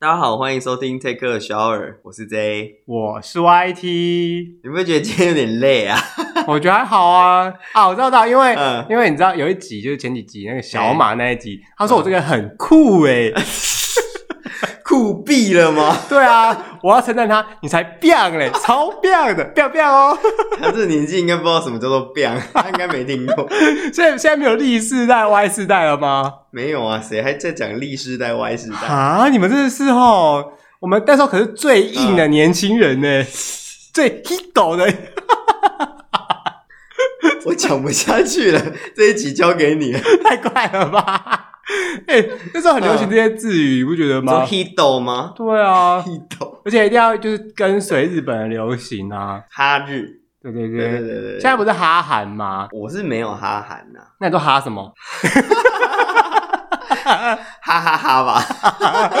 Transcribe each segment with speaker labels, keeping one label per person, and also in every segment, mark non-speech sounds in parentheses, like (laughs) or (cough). Speaker 1: 大家好，欢迎收听 Take a Shower，我是 J。
Speaker 2: 我是 YT，
Speaker 1: 你不会觉得今天有点累啊？
Speaker 2: (laughs) 我觉得还好啊啊，我知道，知道，因为、
Speaker 1: 嗯
Speaker 2: 因为你知道有一集就是前几集那个小马那一集，他说我这个很酷诶、
Speaker 1: 酷毙了吗？
Speaker 2: 对啊，我要称赞他，你才 biang 嘞，超 biang 的 biang biang 哦，
Speaker 1: 他这年纪应该不知道什么叫做 b 他应该没听过。
Speaker 2: 所以现在没有历世代 Y 世代了吗？
Speaker 1: 没有啊，谁还在讲历世代、Y 世代？
Speaker 2: 啊，你们真的是哦，我们那时候可是最硬
Speaker 1: 嗯
Speaker 2: 的年轻人呢、最 hit 狗的，
Speaker 1: 我讲不下去了，这一集交给你了。
Speaker 2: 太快了吧？ (laughs) 哎、那时候很流行这些字语，你不觉得
Speaker 1: 嗯你说
Speaker 2: 吗？
Speaker 1: Hido 吗
Speaker 2: 对啊，
Speaker 1: ？Hido
Speaker 2: 而且一定要就是跟随日本的流行啊，
Speaker 1: 哈日，
Speaker 2: 对对对。
Speaker 1: 对对对对
Speaker 2: 现
Speaker 1: 对。
Speaker 2: 在不是哈韩吗？
Speaker 1: 我是没有哈韩啊呐、
Speaker 2: 那你都哈什么？
Speaker 1: 哈哈哈吧。 (laughs)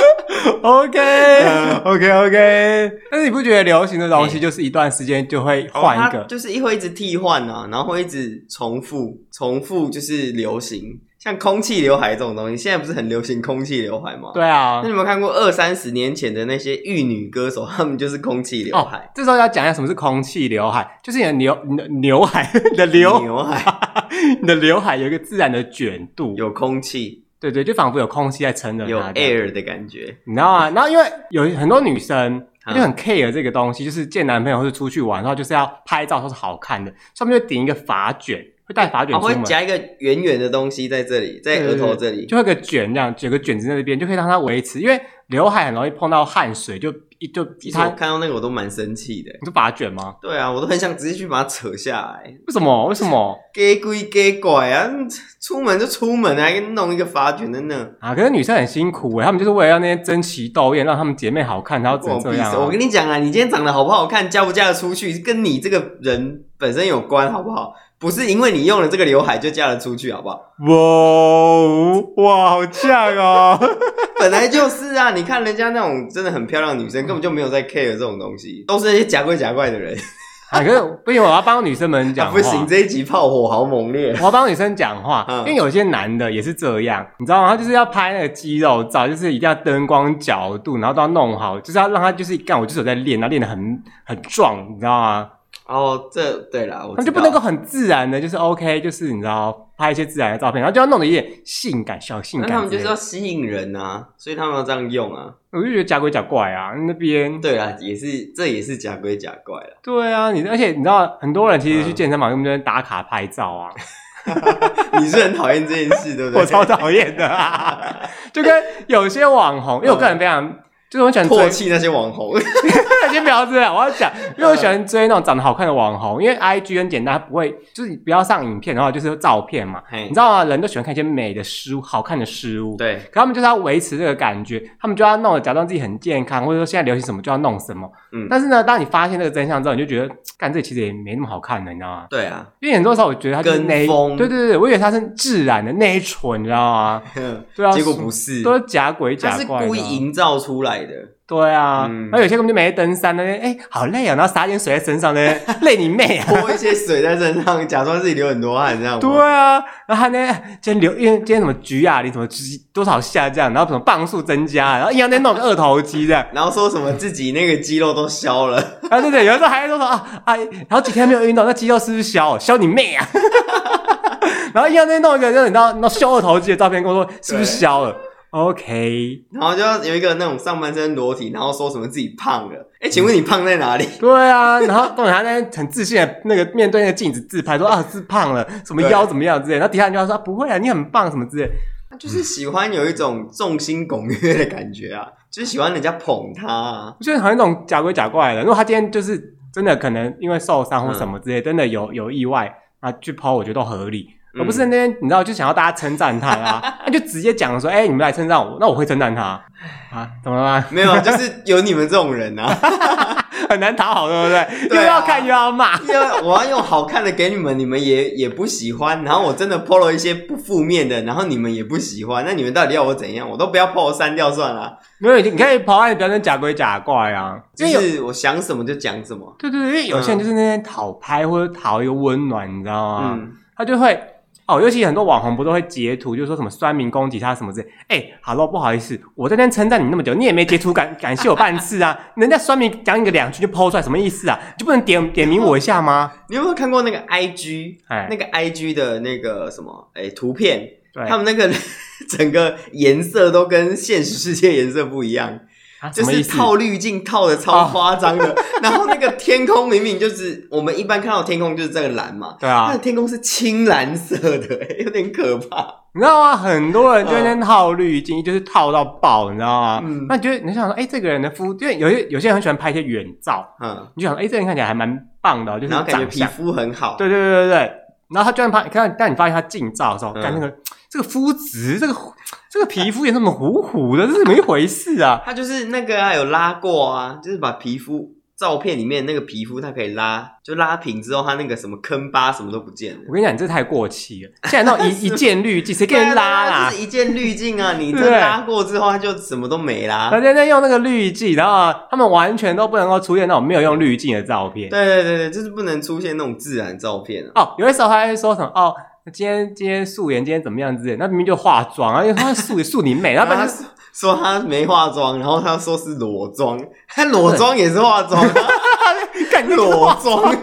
Speaker 2: OK
Speaker 1: 嗯
Speaker 2: OK OK，但 (laughs) 是你不觉得流行的东西就是一段时间就会换一
Speaker 1: 哎哦它
Speaker 2: 个？
Speaker 1: 就是会一直替换啊，然后会一直重复，重复就是流行，像空气刘海这种东西，现在不是很流行空气刘海吗？。
Speaker 2: 对啊
Speaker 1: 那，你有没有看过二三十年前的那些玉女歌手，他们就是空气刘海、
Speaker 2: 这时候要讲一下什么是空气刘海，就是你的刘你的刘海你的刘
Speaker 1: 刘
Speaker 2: (laughs)
Speaker 1: 海
Speaker 2: 你的刘海有一个自然的卷度，
Speaker 1: 有空气，
Speaker 2: 对对，就仿佛有空气在撑着
Speaker 1: 有
Speaker 2: 它这样。
Speaker 1: air 的感觉。
Speaker 2: 你知道吗？然后因为有很多女生，她就很
Speaker 1: 嗯
Speaker 2: care 这个东西，就是见男朋友或是出去玩，然后就是要拍照都是好看的，所以他们就顶一个发卷，会带发卷
Speaker 1: 我
Speaker 2: 出
Speaker 1: 哦会
Speaker 2: 门，
Speaker 1: 夹一个圆圆的东西在这里，在额头这里。
Speaker 2: 就会有个卷这样，卷个卷子在那边，就可以让它维持，因为刘海很容易碰到汗水，就一就
Speaker 1: 其
Speaker 2: 一
Speaker 1: 实我
Speaker 2: 它
Speaker 1: 看到那个我都蛮生气的。
Speaker 2: 你就把它卷吗？
Speaker 1: 对啊，我都很想直接去把它扯下来。
Speaker 2: 为什么？为什么
Speaker 1: 给鬼给拐啊！出门就出门啊，还弄一个发卷在那。
Speaker 2: 啊？可是女生很辛苦欸诶、她们就是为了让那些争奇斗艳，让她们姐妹好看，然后只
Speaker 1: 关
Speaker 2: 能
Speaker 1: 我
Speaker 2: 这
Speaker 1: 屁
Speaker 2: 样、
Speaker 1: 事！我
Speaker 2: 啊
Speaker 1: 跟。你讲啊，你今天长得好不好看，嫁不嫁得出去，跟你这个人本身有关，好不好？不是因为你用了这个刘海就嫁得出去，好不好？
Speaker 2: 哇哦哇，好呛
Speaker 1: (laughs)
Speaker 2: 哦！
Speaker 1: 本来就是啊，你看人家那种真的很漂亮的女生，根本就没有在 care 这种东西，都是那些假怪假怪的人。
Speaker 2: 啊，可是不行，我要帮女生们讲
Speaker 1: 啊、
Speaker 2: 话、
Speaker 1: 不行，这一集炮火好猛烈。
Speaker 2: 我要帮女生讲话，
Speaker 1: 嗯
Speaker 2: 因为有些男的也是这样，你知道吗？他就是要拍那个肌肉照，就是一定要灯光角度，然后都要弄好，就是要让他就是干，我就是有在练，然后练得很很壮，你知道吗？
Speaker 1: 哦，这对啦，我
Speaker 2: 他
Speaker 1: 知
Speaker 2: 就不
Speaker 1: 道
Speaker 2: 能够很自然的，就是 OK，就是你知道拍一些自然的照片，然后就要弄得有点性感、小性
Speaker 1: 那
Speaker 2: 感之类
Speaker 1: 他
Speaker 2: 的。
Speaker 1: 们就是要吸引人啊，所以他们要这样用啊。
Speaker 2: 我就觉得假鬼假怪啊，那边
Speaker 1: 对啦，也是，这也是假鬼假怪啦。
Speaker 2: 对啊，你而且你知道很多人其实去
Speaker 1: 嗯
Speaker 2: 健身房，他们就在打卡拍照啊。
Speaker 1: 你是很讨厌这件事，对不对？
Speaker 2: (laughs) 我超讨厌的、啊， (laughs) 就跟有些网红，因为我个人非常。就是我很喜欢追
Speaker 1: 唾弃那些网红。
Speaker 2: 先不要这样，我要讲，因为我喜欢追那种长得好看的网红，因为 I G 很简单，它不会就是你不要上影片，然后就是照片嘛，
Speaker 1: 嘿
Speaker 2: 你知道吗？人都喜欢看一些美的事物、好看的事物，。
Speaker 1: 对，
Speaker 2: 可他们就是要维持这个感觉，他们就要弄得假装自己很健康，或者说现在流行什么就要弄什么。
Speaker 1: 嗯
Speaker 2: 但是呢，当你发现这个真相之后，你就觉得，干这其实也没那么好看的，你知道吗？
Speaker 1: 对啊。
Speaker 2: 因为很多时候我觉得它就是
Speaker 1: 跟
Speaker 2: 内，
Speaker 1: 风
Speaker 2: 对对对，我以为它是自然的内蠢，你知道吗？对啊，
Speaker 1: 结果不是，
Speaker 2: 都是假鬼假
Speaker 1: 他是
Speaker 2: 怪的啊，
Speaker 1: 故意营造出来的。
Speaker 2: 对啊，
Speaker 1: 嗯
Speaker 2: 然后有些根本就没登山呢，哎，好累啊，然后撒点水在身上 (laughs) 呢，累你妹啊！
Speaker 1: 泼一些水在身上， (laughs) 假装自己流很多汗，这样吗
Speaker 2: 对，啊，然后还呢，今天流，因为今天什么举哑铃，什么几多少下这样，然后什么磅数增加，然后一样在弄个二头肌这样，
Speaker 1: 然后说什么自己那个肌肉都消了，
Speaker 2: 啊对对，有的时候还说说啊啊，然后几天没有运动，那肌肉是不是消？消你妹 (laughs) 啊！然后一样在弄一个，就是你知道，那修二头肌的照片，跟我说是不是消了？OK，
Speaker 1: 然后就有一个那种上半身裸体，然后说什么自己胖了。哎，请问你胖在哪里？
Speaker 2: 对啊，然后重点他在很自信的那个面对那个镜子自拍，说 (laughs) 啊自胖了，什么腰怎么样之类的，然后底下人就要说、啊、不会啊，你很棒什么之类的，
Speaker 1: 他就是喜欢有一种众星拱月的感觉啊，就是喜欢人家捧他啊。
Speaker 2: 我觉得好像那种假鬼假怪的。如果他今天就是真的可能因为受伤或什么之类，真的有有意外啊去抛，我觉得都合理。
Speaker 1: 嗯
Speaker 2: 而不是那边你知道就想要大家称赞他 (laughs) 啊，那就直接讲说，哎、你们来称赞我，那我会称赞他啊，怎么了吗？
Speaker 1: 没有，就是有你们这种人啊。
Speaker 2: (laughs) 很难讨好，对不对？
Speaker 1: 对啊
Speaker 2: (laughs) 又要看又要骂，
Speaker 1: 因为我要用好看的给你们，你们也也不喜欢。然后我真的 PO 了一些不负面的，然后你们也不喜欢。那你们到底要我怎样？我都不要 PO，我删掉算了啊。
Speaker 2: 没有，你可以抛案，不要跟假鬼假怪啊，
Speaker 1: 就
Speaker 2: 因为有
Speaker 1: 是我想什么就讲什么。嗯
Speaker 2: 啊对对对，因为有些人就是那边讨拍或者讨一个温暖，你知道吗？
Speaker 1: 嗯，
Speaker 2: 他就会哦，尤其很多网红不都会截图，就说什么酸民攻击他什么之类。哎，Hello，不好意思，我在那边称赞你那么久，你也没截图感感谢我半次啊。人家酸民讲你个两句就抛出来，什么意思啊？你就不能点点名我一下吗？
Speaker 1: 你有没有看过那个 IG
Speaker 2: 哎
Speaker 1: 那，个 IG 的那个什么哎图片？
Speaker 2: 对，
Speaker 1: 他们那个 (laughs) 整个颜色都跟现实世界颜色不一样，
Speaker 2: 啊
Speaker 1: 就
Speaker 2: 什么意
Speaker 1: 是
Speaker 2: 思？哦
Speaker 1: 套滤镜套的超夸张的。 (laughs) 然后那个天空明明就是我们一般看到天空就是这个蓝嘛，
Speaker 2: 对
Speaker 1: 它
Speaker 2: 啊
Speaker 1: 的，天空是青蓝色的、 (laughs) 哎有点可怕。
Speaker 2: 你知道吗？很多人就在那边套滤镜，就是套到爆，你知道吗？
Speaker 1: 嗯
Speaker 2: 那你觉得你就想说，哎，这个人的肤，因为有些有些人很喜欢拍一些远照，
Speaker 1: 嗯，
Speaker 2: 你就想说，哎，这个人看起来还蛮棒的哦，就是
Speaker 1: 然后感觉
Speaker 2: 长
Speaker 1: 皮
Speaker 2: 相。
Speaker 1: 肤很好，
Speaker 2: 对对对对对。然后他居然拍，看，但你发现他近照的时候，
Speaker 1: 嗯
Speaker 2: 看、那个这个肤质，这个这个皮肤也那么糊糊的，这是怎么一回事啊？
Speaker 1: 它就是那个、啊、有拉过啊，就是把皮肤照片里面那个皮肤它可以拉，就拉平之后，它那个什么坑疤什么都不见了
Speaker 2: 我。跟你讲，你这太过气了。现在那
Speaker 1: (laughs)
Speaker 2: 种一一键滤镜，谁给
Speaker 1: 对
Speaker 2: 你
Speaker 1: 啊
Speaker 2: 拉啦
Speaker 1: 就是？一件滤镜
Speaker 2: (laughs)
Speaker 1: 啊，你这
Speaker 2: 对
Speaker 1: 拉过之后，它就什么都没啦。
Speaker 2: 他在那用那个滤镜，然后啊他们完全都不能够出现那种没有用滤镜的照片。
Speaker 1: 对对对对，就是不能出现那种自然照片啊。
Speaker 2: 哦，有的时候他会说什么哦，今天今天素颜，今天怎么样之类的，那明明就化妆啊，因为他素素你妹，然后
Speaker 1: 然
Speaker 2: 本
Speaker 1: 后他
Speaker 2: 来就
Speaker 1: 说说他没化妆，然后他说是裸妆，他裸妆也是化妆啊，
Speaker 2: (laughs) 干你
Speaker 1: 裸妆。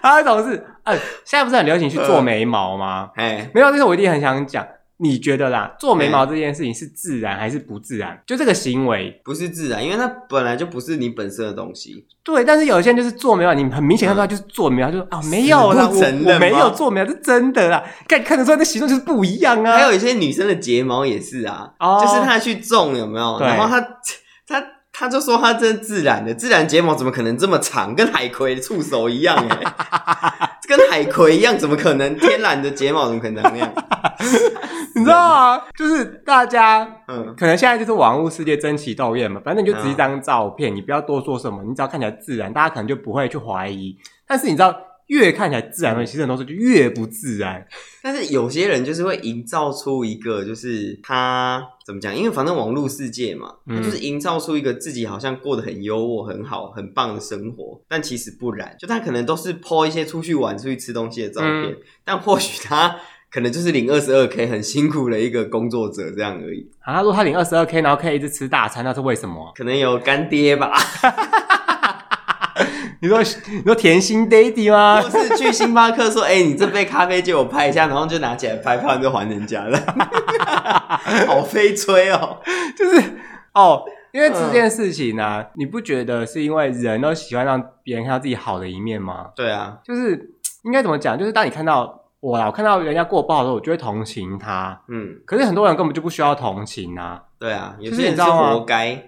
Speaker 2: 他总是，嗯，现在不是很流行去做眉毛吗？
Speaker 1: (laughs) 哎，
Speaker 2: 没有，这个我一定很想讲。你觉得啦，做眉毛这件事情是自然还是不自然？就这个行为，
Speaker 1: 不是自然，因为它本来就不是你本身的东西。
Speaker 2: 对。但是有些人就是做眉毛，你很明显看到他就是做眉毛，他就说啊没有啦，
Speaker 1: 死嗯不承认
Speaker 2: 我
Speaker 1: 吗
Speaker 2: 我没有做眉毛，是真的啦。看看得出来，那形状就是不一样啊。
Speaker 1: 还有一些女生的睫毛也是啊，
Speaker 2: 哦
Speaker 1: 就是她去种有没有？
Speaker 2: 对
Speaker 1: 然后 (laughs) 她她她就说她这是自然的，自然睫毛怎么可能这么长？跟海葵的触手一样
Speaker 2: (laughs)
Speaker 1: 哎、跟海葵一样，怎么可能？天然的睫毛怎么可能那样？
Speaker 2: 你知道啊，就是大家
Speaker 1: 嗯，
Speaker 2: 可能现在就是网络世界争奇斗艳嘛，反正你就只是一张照片，你不要多做什么，你只要看起来自然，大家可能就不会去怀疑。但是你知道，越看起来自然的，其实很多时候就越不自然。
Speaker 1: 但是有些人就是会营造出一个，就是他怎么讲？因为反正网络世界嘛，
Speaker 2: 嗯
Speaker 1: 他就是营造出一个自己好像过得很优渥、很好、很棒的生活，但其实不然。就他可能都是 po 一些出去玩、出去吃东西的照片，
Speaker 2: 嗯
Speaker 1: 但或许他可能就是领二十二 k 很辛苦的一个工作者这样而已，
Speaker 2: 啊，他说他领二十二 k，然后可以一直吃大餐，那是为什么？啊
Speaker 1: 可能有干爹吧，
Speaker 2: (laughs) 你说你说甜心 daddy 吗
Speaker 1: 或？是去星巴克说：“哎、你这杯咖啡借我拍一下。”然后就拿起来拍，拍完就还人家了，好悲催哦。
Speaker 2: (laughs) 就是哦，因为这件事情呢、你不觉得是因为人都喜欢让别人看到自己好的一面吗？
Speaker 1: 对啊，
Speaker 2: 就是应该怎么讲？就是当你看到我啦，我看到人家过得不好的时候，我就会同情他。
Speaker 1: 嗯，
Speaker 2: 可是很多人根本就不需要同情啊，
Speaker 1: 对啊，有
Speaker 2: 就
Speaker 1: 些
Speaker 2: 是
Speaker 1: 人
Speaker 2: 你知
Speaker 1: 是
Speaker 2: 道吗
Speaker 1: 活该。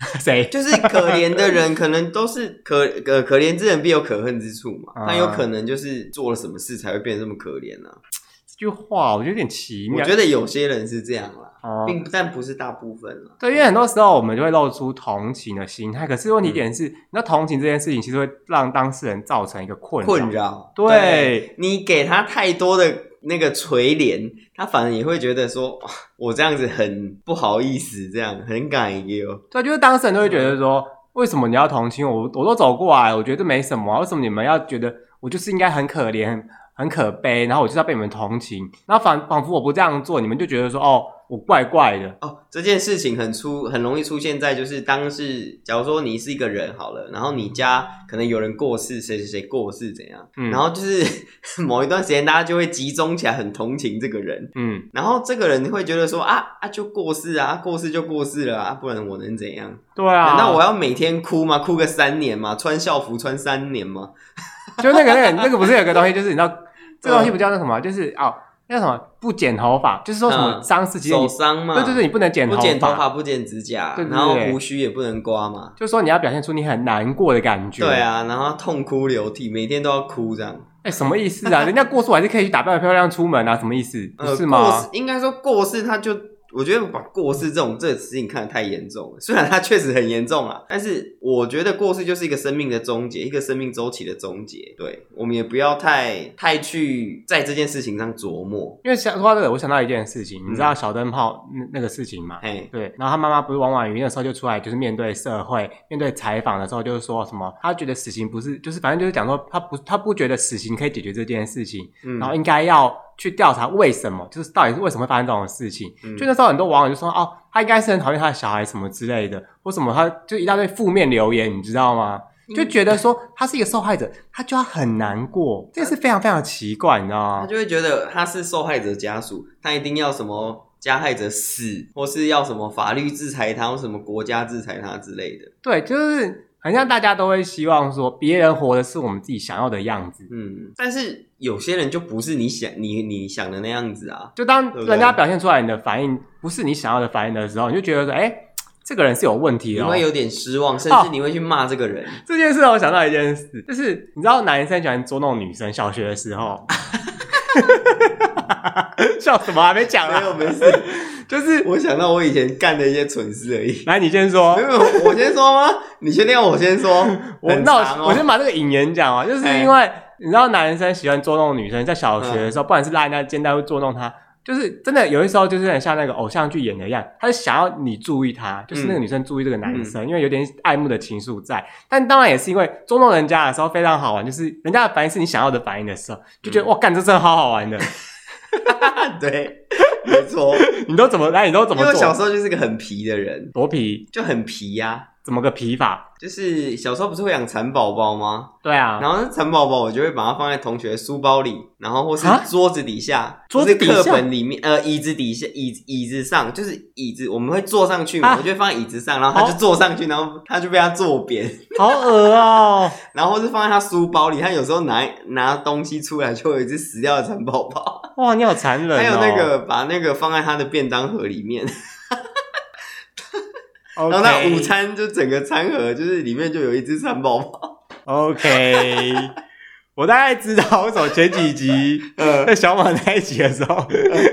Speaker 1: (laughs)
Speaker 2: 谁？(laughs)
Speaker 1: 就是可怜的人，可能都是可可可怜之人必有可恨之处嘛。
Speaker 2: 啊
Speaker 1: 他有可能就是做了什么事才会变得这么可怜呢、啊？
Speaker 2: 这句话我觉得有点奇
Speaker 1: 我
Speaker 2: 妙。
Speaker 1: 觉得有些人是这样啦，
Speaker 2: 哦，
Speaker 1: 并但不是大部分啦。
Speaker 2: 对，因为很多时候我们就会露出同情的心态，可是问题点是，那、同情这件事情其实会让当事人造成一个困扰
Speaker 1: 困。扰，
Speaker 2: 对
Speaker 1: 你给他太多的那个垂怜，他反而也会觉得说，哇我这样子很不好意思，这样很感忧。
Speaker 2: 对，就是当事人都会觉
Speaker 1: 嗯
Speaker 2: 得说，为什么你要同情我？我我都走过来，我觉得没什么啊，为什么你们要觉得我就是应该很可怜、很很可悲，然后我就是要被你们同情，然后仿仿佛我不这样做，你们就觉得说，哦，我怪怪的。
Speaker 1: 哦，这件事情很出很容易出现在就是当是，假如说你是一个人好了，然后你家可能有人过世，谁谁谁过世怎样，
Speaker 2: 嗯，
Speaker 1: 然后就是 (laughs) 某一段时间，大家就会集中起来很同情这个人，
Speaker 2: 嗯，
Speaker 1: 然后这个人会觉得说啊啊就过世啊，过世就过世了啊，不然我能怎样？
Speaker 2: 对啊，
Speaker 1: 难道我要每天哭吗？哭个三年吗？穿校服穿三年吗？
Speaker 2: 就那个那个那个不是有个东
Speaker 1: (laughs)
Speaker 2: 西，就是你知道这个东西不叫那什么，就是哦那叫什么不剪头发，就是说什么
Speaker 1: 嗯
Speaker 2: 丧事期间
Speaker 1: 手
Speaker 2: 你
Speaker 1: 伤吗？
Speaker 2: 对对对，你不能剪头
Speaker 1: 不剪头
Speaker 2: 发，
Speaker 1: 发不剪指甲，
Speaker 2: 对对对
Speaker 1: 然后胡须也不能刮嘛。
Speaker 2: 就是说你要表现出你很难过的感觉。
Speaker 1: 对，啊，然后痛哭流涕，每天都要哭这样。
Speaker 2: 哎，什么意思啊？人家过世我还是可以去打扮得漂亮出门啊，什么意思？不
Speaker 1: 呃，
Speaker 2: 是
Speaker 1: 过
Speaker 2: 吗
Speaker 1: 世？应该说过世，他就我觉得把过世这种这个事情看得太严重了。 (laughs) 虽然它确实很严重啊，但是我觉得过世就是一个生命的终结，一个生命周期的终结。对我们也不要太太去在这件事情上琢磨。
Speaker 2: 因为想说到这个，我想到一件事情，你知
Speaker 1: 嗯
Speaker 2: 道小灯泡那那个事情吗？
Speaker 1: 哎，
Speaker 2: 对，然后他妈妈不是王婉瑜那时候就出来，就是面对社会、面对采访的时候，就是说什么，他觉得死刑不是，就是反正就是讲说，他不，他不觉得死刑可以解决这件事情，
Speaker 1: 嗯
Speaker 2: 然后应该要去调查为什么，就是到底是为什么会发生这种事情。
Speaker 1: 嗯
Speaker 2: 就那时候很多网友就说哦，他应该是很讨厌他的小孩什么之类的，或什么他就一大堆负面留言，你知道吗？
Speaker 1: 嗯
Speaker 2: 就觉得说他是一个受害者，他就要很难过，这是非常非常奇怪，你知道
Speaker 1: 他
Speaker 2: 吗？
Speaker 1: 就会觉得他是受害者家属，他一定要什么加害者死，或是要什么法律制裁他，或什么国家制裁他之类的。
Speaker 2: 对，就是很像大家都会希望说别人活的是我们自己想要的样子。
Speaker 1: 嗯，但是有些人就不是你想你你想的那样子啊。
Speaker 2: 就当
Speaker 1: 对不对
Speaker 2: 人家表现出来你的反应不是你想要的反应的时候，你就觉得说，哎、这个人是有问题
Speaker 1: 你
Speaker 2: 的、哦。
Speaker 1: 会有点失望，甚
Speaker 2: 哦
Speaker 1: 至你会去骂这个人。
Speaker 2: 这件事让我想到一件事，就是你知道男生喜欢捉弄女生，小学的
Speaker 1: (laughs)
Speaker 2: 时候，笑什么、还没讲
Speaker 1: 没
Speaker 2: 啊？
Speaker 1: 有，没事，
Speaker 2: 就是
Speaker 1: (laughs) 我想到我以前干的一些蠢事而已。
Speaker 2: 来，你先
Speaker 1: 没
Speaker 2: 说。
Speaker 1: 有，我先说吗？你确定要我先说？
Speaker 2: 我
Speaker 1: 很
Speaker 2: 那
Speaker 1: 长
Speaker 2: 我
Speaker 1: 哦
Speaker 2: 我先把这个引言讲完，就是
Speaker 1: 哎嗯
Speaker 2: 因为你知道男生喜欢捉弄女生，在小学的时候，不管是拉人家肩带，会捉弄她。就是真的，有的时候就是很像那个偶像剧演的一样，他是想要你注意他，就是
Speaker 1: 嗯
Speaker 2: 那个女生注意这个男生，因为有点爱慕的情愫在。但当然也是因为捉弄人家的时候非常好玩，就是人家的反应是你想要的反应的时候，就觉得、
Speaker 1: 嗯
Speaker 2: 哇，干这真的好好玩的。
Speaker 1: (laughs) 对，没错，
Speaker 2: 你都怎么来？你都怎
Speaker 1: 因
Speaker 2: 么
Speaker 1: 为我
Speaker 2: 做？
Speaker 1: 小时候就是个很皮的人，
Speaker 2: 多皮
Speaker 1: 就很皮呀、
Speaker 2: 怎么个皮法？
Speaker 1: 就是小时候不是会养蚕宝宝吗？
Speaker 2: 对啊，
Speaker 1: 然后那蚕宝宝我就会把它放在同学书包里，然后或是
Speaker 2: 啊
Speaker 1: 桌子底下，
Speaker 2: 桌
Speaker 1: 或
Speaker 2: 子
Speaker 1: 是
Speaker 2: 底下
Speaker 1: 课本里面，呃，椅子底下，椅椅子上，就是椅子，我们会坐上去嘛，
Speaker 2: 啊哦
Speaker 1: 我就会放在椅子上，然后他就坐上去，然后他就被他坐扁，
Speaker 2: 好恶哦、
Speaker 1: 然后或是放在他书包里，他有时候拿拿东西出来，就有一只死掉的蚕宝宝。
Speaker 2: 哇，你好残忍、哦。
Speaker 1: 还有那个把那个放在他的便当盒里面，
Speaker 2: 哦 OK，
Speaker 1: 然后他午餐就整个餐盒就是里面就有一只蚕宝宝，
Speaker 2: (laughs) OK，我大概知道，我从前几集
Speaker 1: 呃，
Speaker 2: 在小马那一集的时候，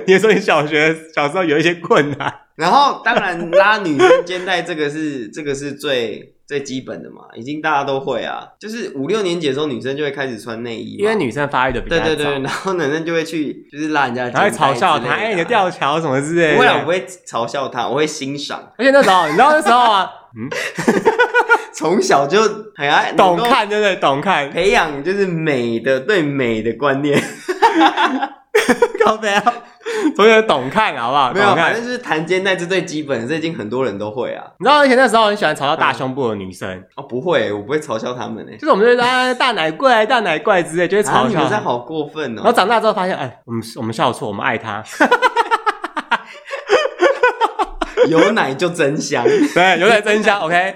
Speaker 2: 你说你小学小时候有一些困难，
Speaker 1: 然后当然拉女生肩带这个是这个是最最基本的嘛，已经大家都会啊，就是五六年级的时候女生就会开始穿内衣嘛，
Speaker 2: 因为女生发育的比较
Speaker 1: 对
Speaker 2: 早，
Speaker 1: 对对，然后男生就会去就是拉人家的
Speaker 2: 然后
Speaker 1: 肩
Speaker 2: 会
Speaker 1: 带
Speaker 2: 嘲笑
Speaker 1: 之类
Speaker 2: 他，哎、你的
Speaker 1: 啊
Speaker 2: 吊桥什么之类的。
Speaker 1: 不会啊啦，我不会嘲笑他，我会欣赏，
Speaker 2: 而且那时候，你知道那时候啊，
Speaker 1: 从小就哎很爱
Speaker 2: 懂
Speaker 1: 能够
Speaker 2: 看对不对？懂看， (laughs)
Speaker 1: 培养就是美的对美的观念。
Speaker 2: 高飞啊，同学懂看好不好？
Speaker 1: 没有，啊
Speaker 2: 懂
Speaker 1: 反
Speaker 2: 看
Speaker 1: 正。就是弹肩带是最基本的，这已经很多人都会啊。
Speaker 2: 你知道，而且那时候很喜欢嘲笑大胸部的女生，
Speaker 1: 哦，不会，我不会嘲笑他们诶、欸
Speaker 2: 就是我们就会说啊大奶怪、大奶怪之类，就会
Speaker 1: 啊，
Speaker 2: 嘲
Speaker 1: 你
Speaker 2: 笑
Speaker 1: 们这
Speaker 2: 她。
Speaker 1: 样好过分
Speaker 2: 然后
Speaker 1: 哦！
Speaker 2: 长大之后发现，哎，我们我们笑错，我们爱她。
Speaker 1: 有奶就真香。 (laughs)
Speaker 2: 对，有点真香。OK，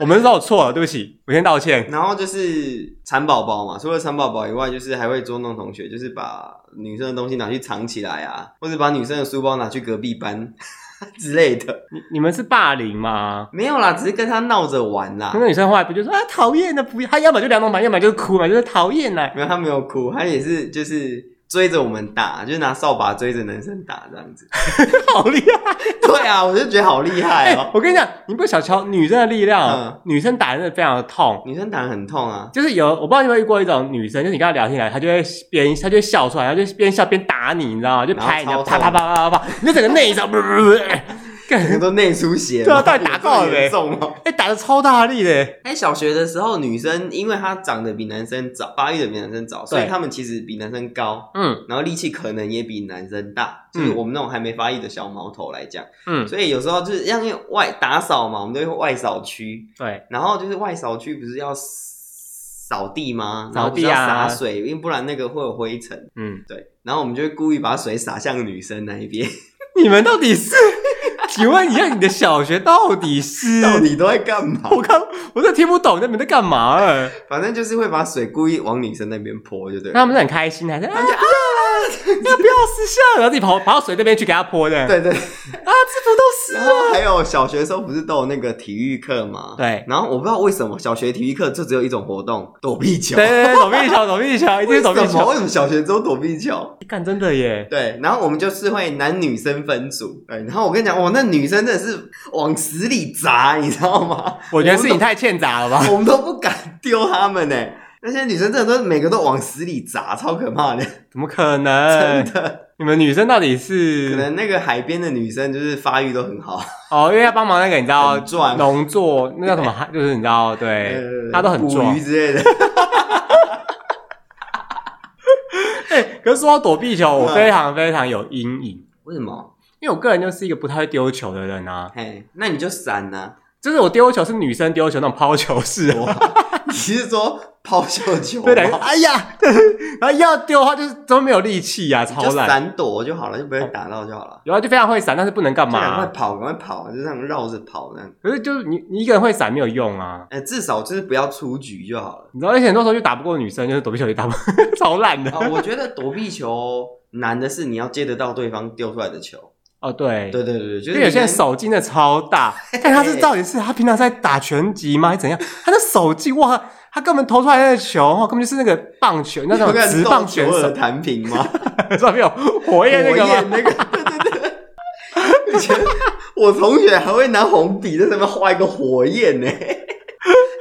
Speaker 2: 我们说我错了，对不起，我先道歉。
Speaker 1: 然后就是蚕宝宝嘛，除了蚕宝宝以外，就是还会捉弄同学，就是把女生的东西拿去藏起来啊，或者把女生的书包拿去隔壁班 (laughs) 之类的。
Speaker 2: 你你们是霸凌吗？
Speaker 1: 没有啦，只是跟他闹着玩啦
Speaker 2: 那。个女生后来不就说啊讨厌的，不要，她要么就两种反应，要么就是哭嘛，就是讨厌啊呢。
Speaker 1: 没有，他没有哭，他也是就是追着我们打，就是拿扫把追着男生打这样子。
Speaker 2: 好厉害！
Speaker 1: (laughs) 对啊，我就觉得好厉害
Speaker 2: (laughs) 哎、
Speaker 1: 哦。
Speaker 2: 我跟你讲，你不小瞧女生的力量，哦
Speaker 1: 嗯
Speaker 2: 女生打人真的非常的痛。
Speaker 1: 女生打得很痛啊，
Speaker 2: 就是有，我不知道你有没有遇过一种女生，就是你跟她聊天来，她就会边她就会笑出来，她就边笑边打你，你知道吗？就拍你，
Speaker 1: 然后
Speaker 2: 啪
Speaker 1: 超
Speaker 2: 啪啪啪啪啪，你就整个内伤，不不不，
Speaker 1: 我都内出血，
Speaker 2: 对啊到底打够了没
Speaker 1: 有这么严重吗？
Speaker 2: 哎，打的超大力的，
Speaker 1: 哎，小学的时候，女生因为她长得比男生早，发育的比男生早，所以
Speaker 2: 对
Speaker 1: 她们其实比男生高，
Speaker 2: 嗯
Speaker 1: 然后力气可能也比男生大，就是
Speaker 2: 嗯
Speaker 1: 我们那种还没发育的小毛头来讲，
Speaker 2: 嗯，
Speaker 1: 所以有时候就是像因为外打扫嘛，我们都会外扫区，
Speaker 2: 对，
Speaker 1: 然后就是外扫区不是要扫地吗？然
Speaker 2: 扫
Speaker 1: 后不
Speaker 2: 地
Speaker 1: 是
Speaker 2: 啊
Speaker 1: 要洒水，因为不然那个会有灰尘，
Speaker 2: 嗯。
Speaker 1: 对，然后我们就会故意把水洒向女生那一边，
Speaker 2: 你们到底是？ (laughs) 请问一下，你的小学到底
Speaker 1: (laughs)
Speaker 2: 是？
Speaker 1: 到底都在干嘛？
Speaker 2: 我刚我真的听不懂，那你们在干
Speaker 1: (laughs)
Speaker 2: 嘛、啊？
Speaker 1: 反正就是会把水故意往女生那边泼，就对了。
Speaker 2: 那他们是很开心，还是啊
Speaker 1: 他们就啊，
Speaker 2: 要不要失效？然后自己跑跑到水那边去给他泼的。
Speaker 1: 对 (laughs) 对，
Speaker 2: 啊，制服都湿
Speaker 1: 然
Speaker 2: 了。
Speaker 1: 后还有小学的时候不是都有那个体育课吗？。
Speaker 2: 对
Speaker 1: 然后我不知道为什么小学体育课就只有一种活动，躲避球。 (laughs)
Speaker 2: 对对对，躲避球，躲避球，一定是
Speaker 1: 为
Speaker 2: 躲避
Speaker 1: 什么？
Speaker 2: 球。
Speaker 1: 为什么小学只有躲避球？
Speaker 2: 干，真的耶！
Speaker 1: 对，然后我们就是会男女生分组。对，然后我跟你讲，哇，那女生真的是往死里砸，你知道
Speaker 2: (laughs)
Speaker 1: 吗？
Speaker 2: 我觉得是你
Speaker 1: 我们
Speaker 2: 太欠砸
Speaker 1: (laughs)
Speaker 2: 了吧。
Speaker 1: 都我们都不敢丢他们呢、那些女生真的都是每个都往死里砸，超可怕的，
Speaker 2: 怎么可
Speaker 1: 真
Speaker 2: 能？
Speaker 1: 的。
Speaker 2: 你们女生到底
Speaker 1: 可
Speaker 2: 是
Speaker 1: 能那个海边的女生就是发育都很好，
Speaker 2: 哦，因为要帮忙那个，你知道
Speaker 1: 很壮
Speaker 2: 农作那叫
Speaker 1: (laughs)
Speaker 2: 什么？就是你知道，对，
Speaker 1: 呃
Speaker 2: 她都很
Speaker 1: 捕
Speaker 2: 壮
Speaker 1: 鱼。之类的。
Speaker 2: 可是说到躲避球，我
Speaker 1: 嗯
Speaker 2: 非常非常有阴影，
Speaker 1: (laughs) 为什么？
Speaker 2: 因为我个人就是一个不太会丢球的人啊。
Speaker 1: 嘿，那你就闪呐、 (laughs)
Speaker 2: 就是我丢球是女生丢球那种抛球式啊，
Speaker 1: 你是说抛绣球
Speaker 2: 对两个
Speaker 1: 吗？
Speaker 2: 哎呀，然后要丢的话就是都没有力气呀、
Speaker 1: 你就
Speaker 2: 超懒。
Speaker 1: 闪躲就好了，就不会打到就好了。
Speaker 2: 然后就非常会闪，但是不哦能干
Speaker 1: 对啊，
Speaker 2: 嘛、
Speaker 1: 赶快跑，赶快跑，就这样绕着跑这样。
Speaker 2: 可是就是你你一个人会闪没有用啊，
Speaker 1: 哎、至少就是不要出局就好了。
Speaker 2: 你知道，而且很多时候就打不过女生，就是躲避球也打不 (laughs) 超烂的。
Speaker 1: 啊、我觉得躲避球难的是你要接得到对方丢出来的球。
Speaker 2: 哦，对，
Speaker 1: 对对对对，就是
Speaker 2: 因为有些人
Speaker 1: 你能
Speaker 2: 手劲真的超 (laughs) 大，但他是到底是他平常在打拳击吗，还是怎样？他的手劲哇，他根本投出来那个球，哇根本就是那个棒球， (laughs) 那种
Speaker 1: 有看
Speaker 2: 直棒选
Speaker 1: 斗球的
Speaker 2: 手，
Speaker 1: 弹屏吗？
Speaker 2: 上面有火
Speaker 1: 火
Speaker 2: 焰哎那个吗？
Speaker 1: 那个， (laughs) 对对对。以前我同学还会拿红笔在上面画一个火焰呢、 (laughs)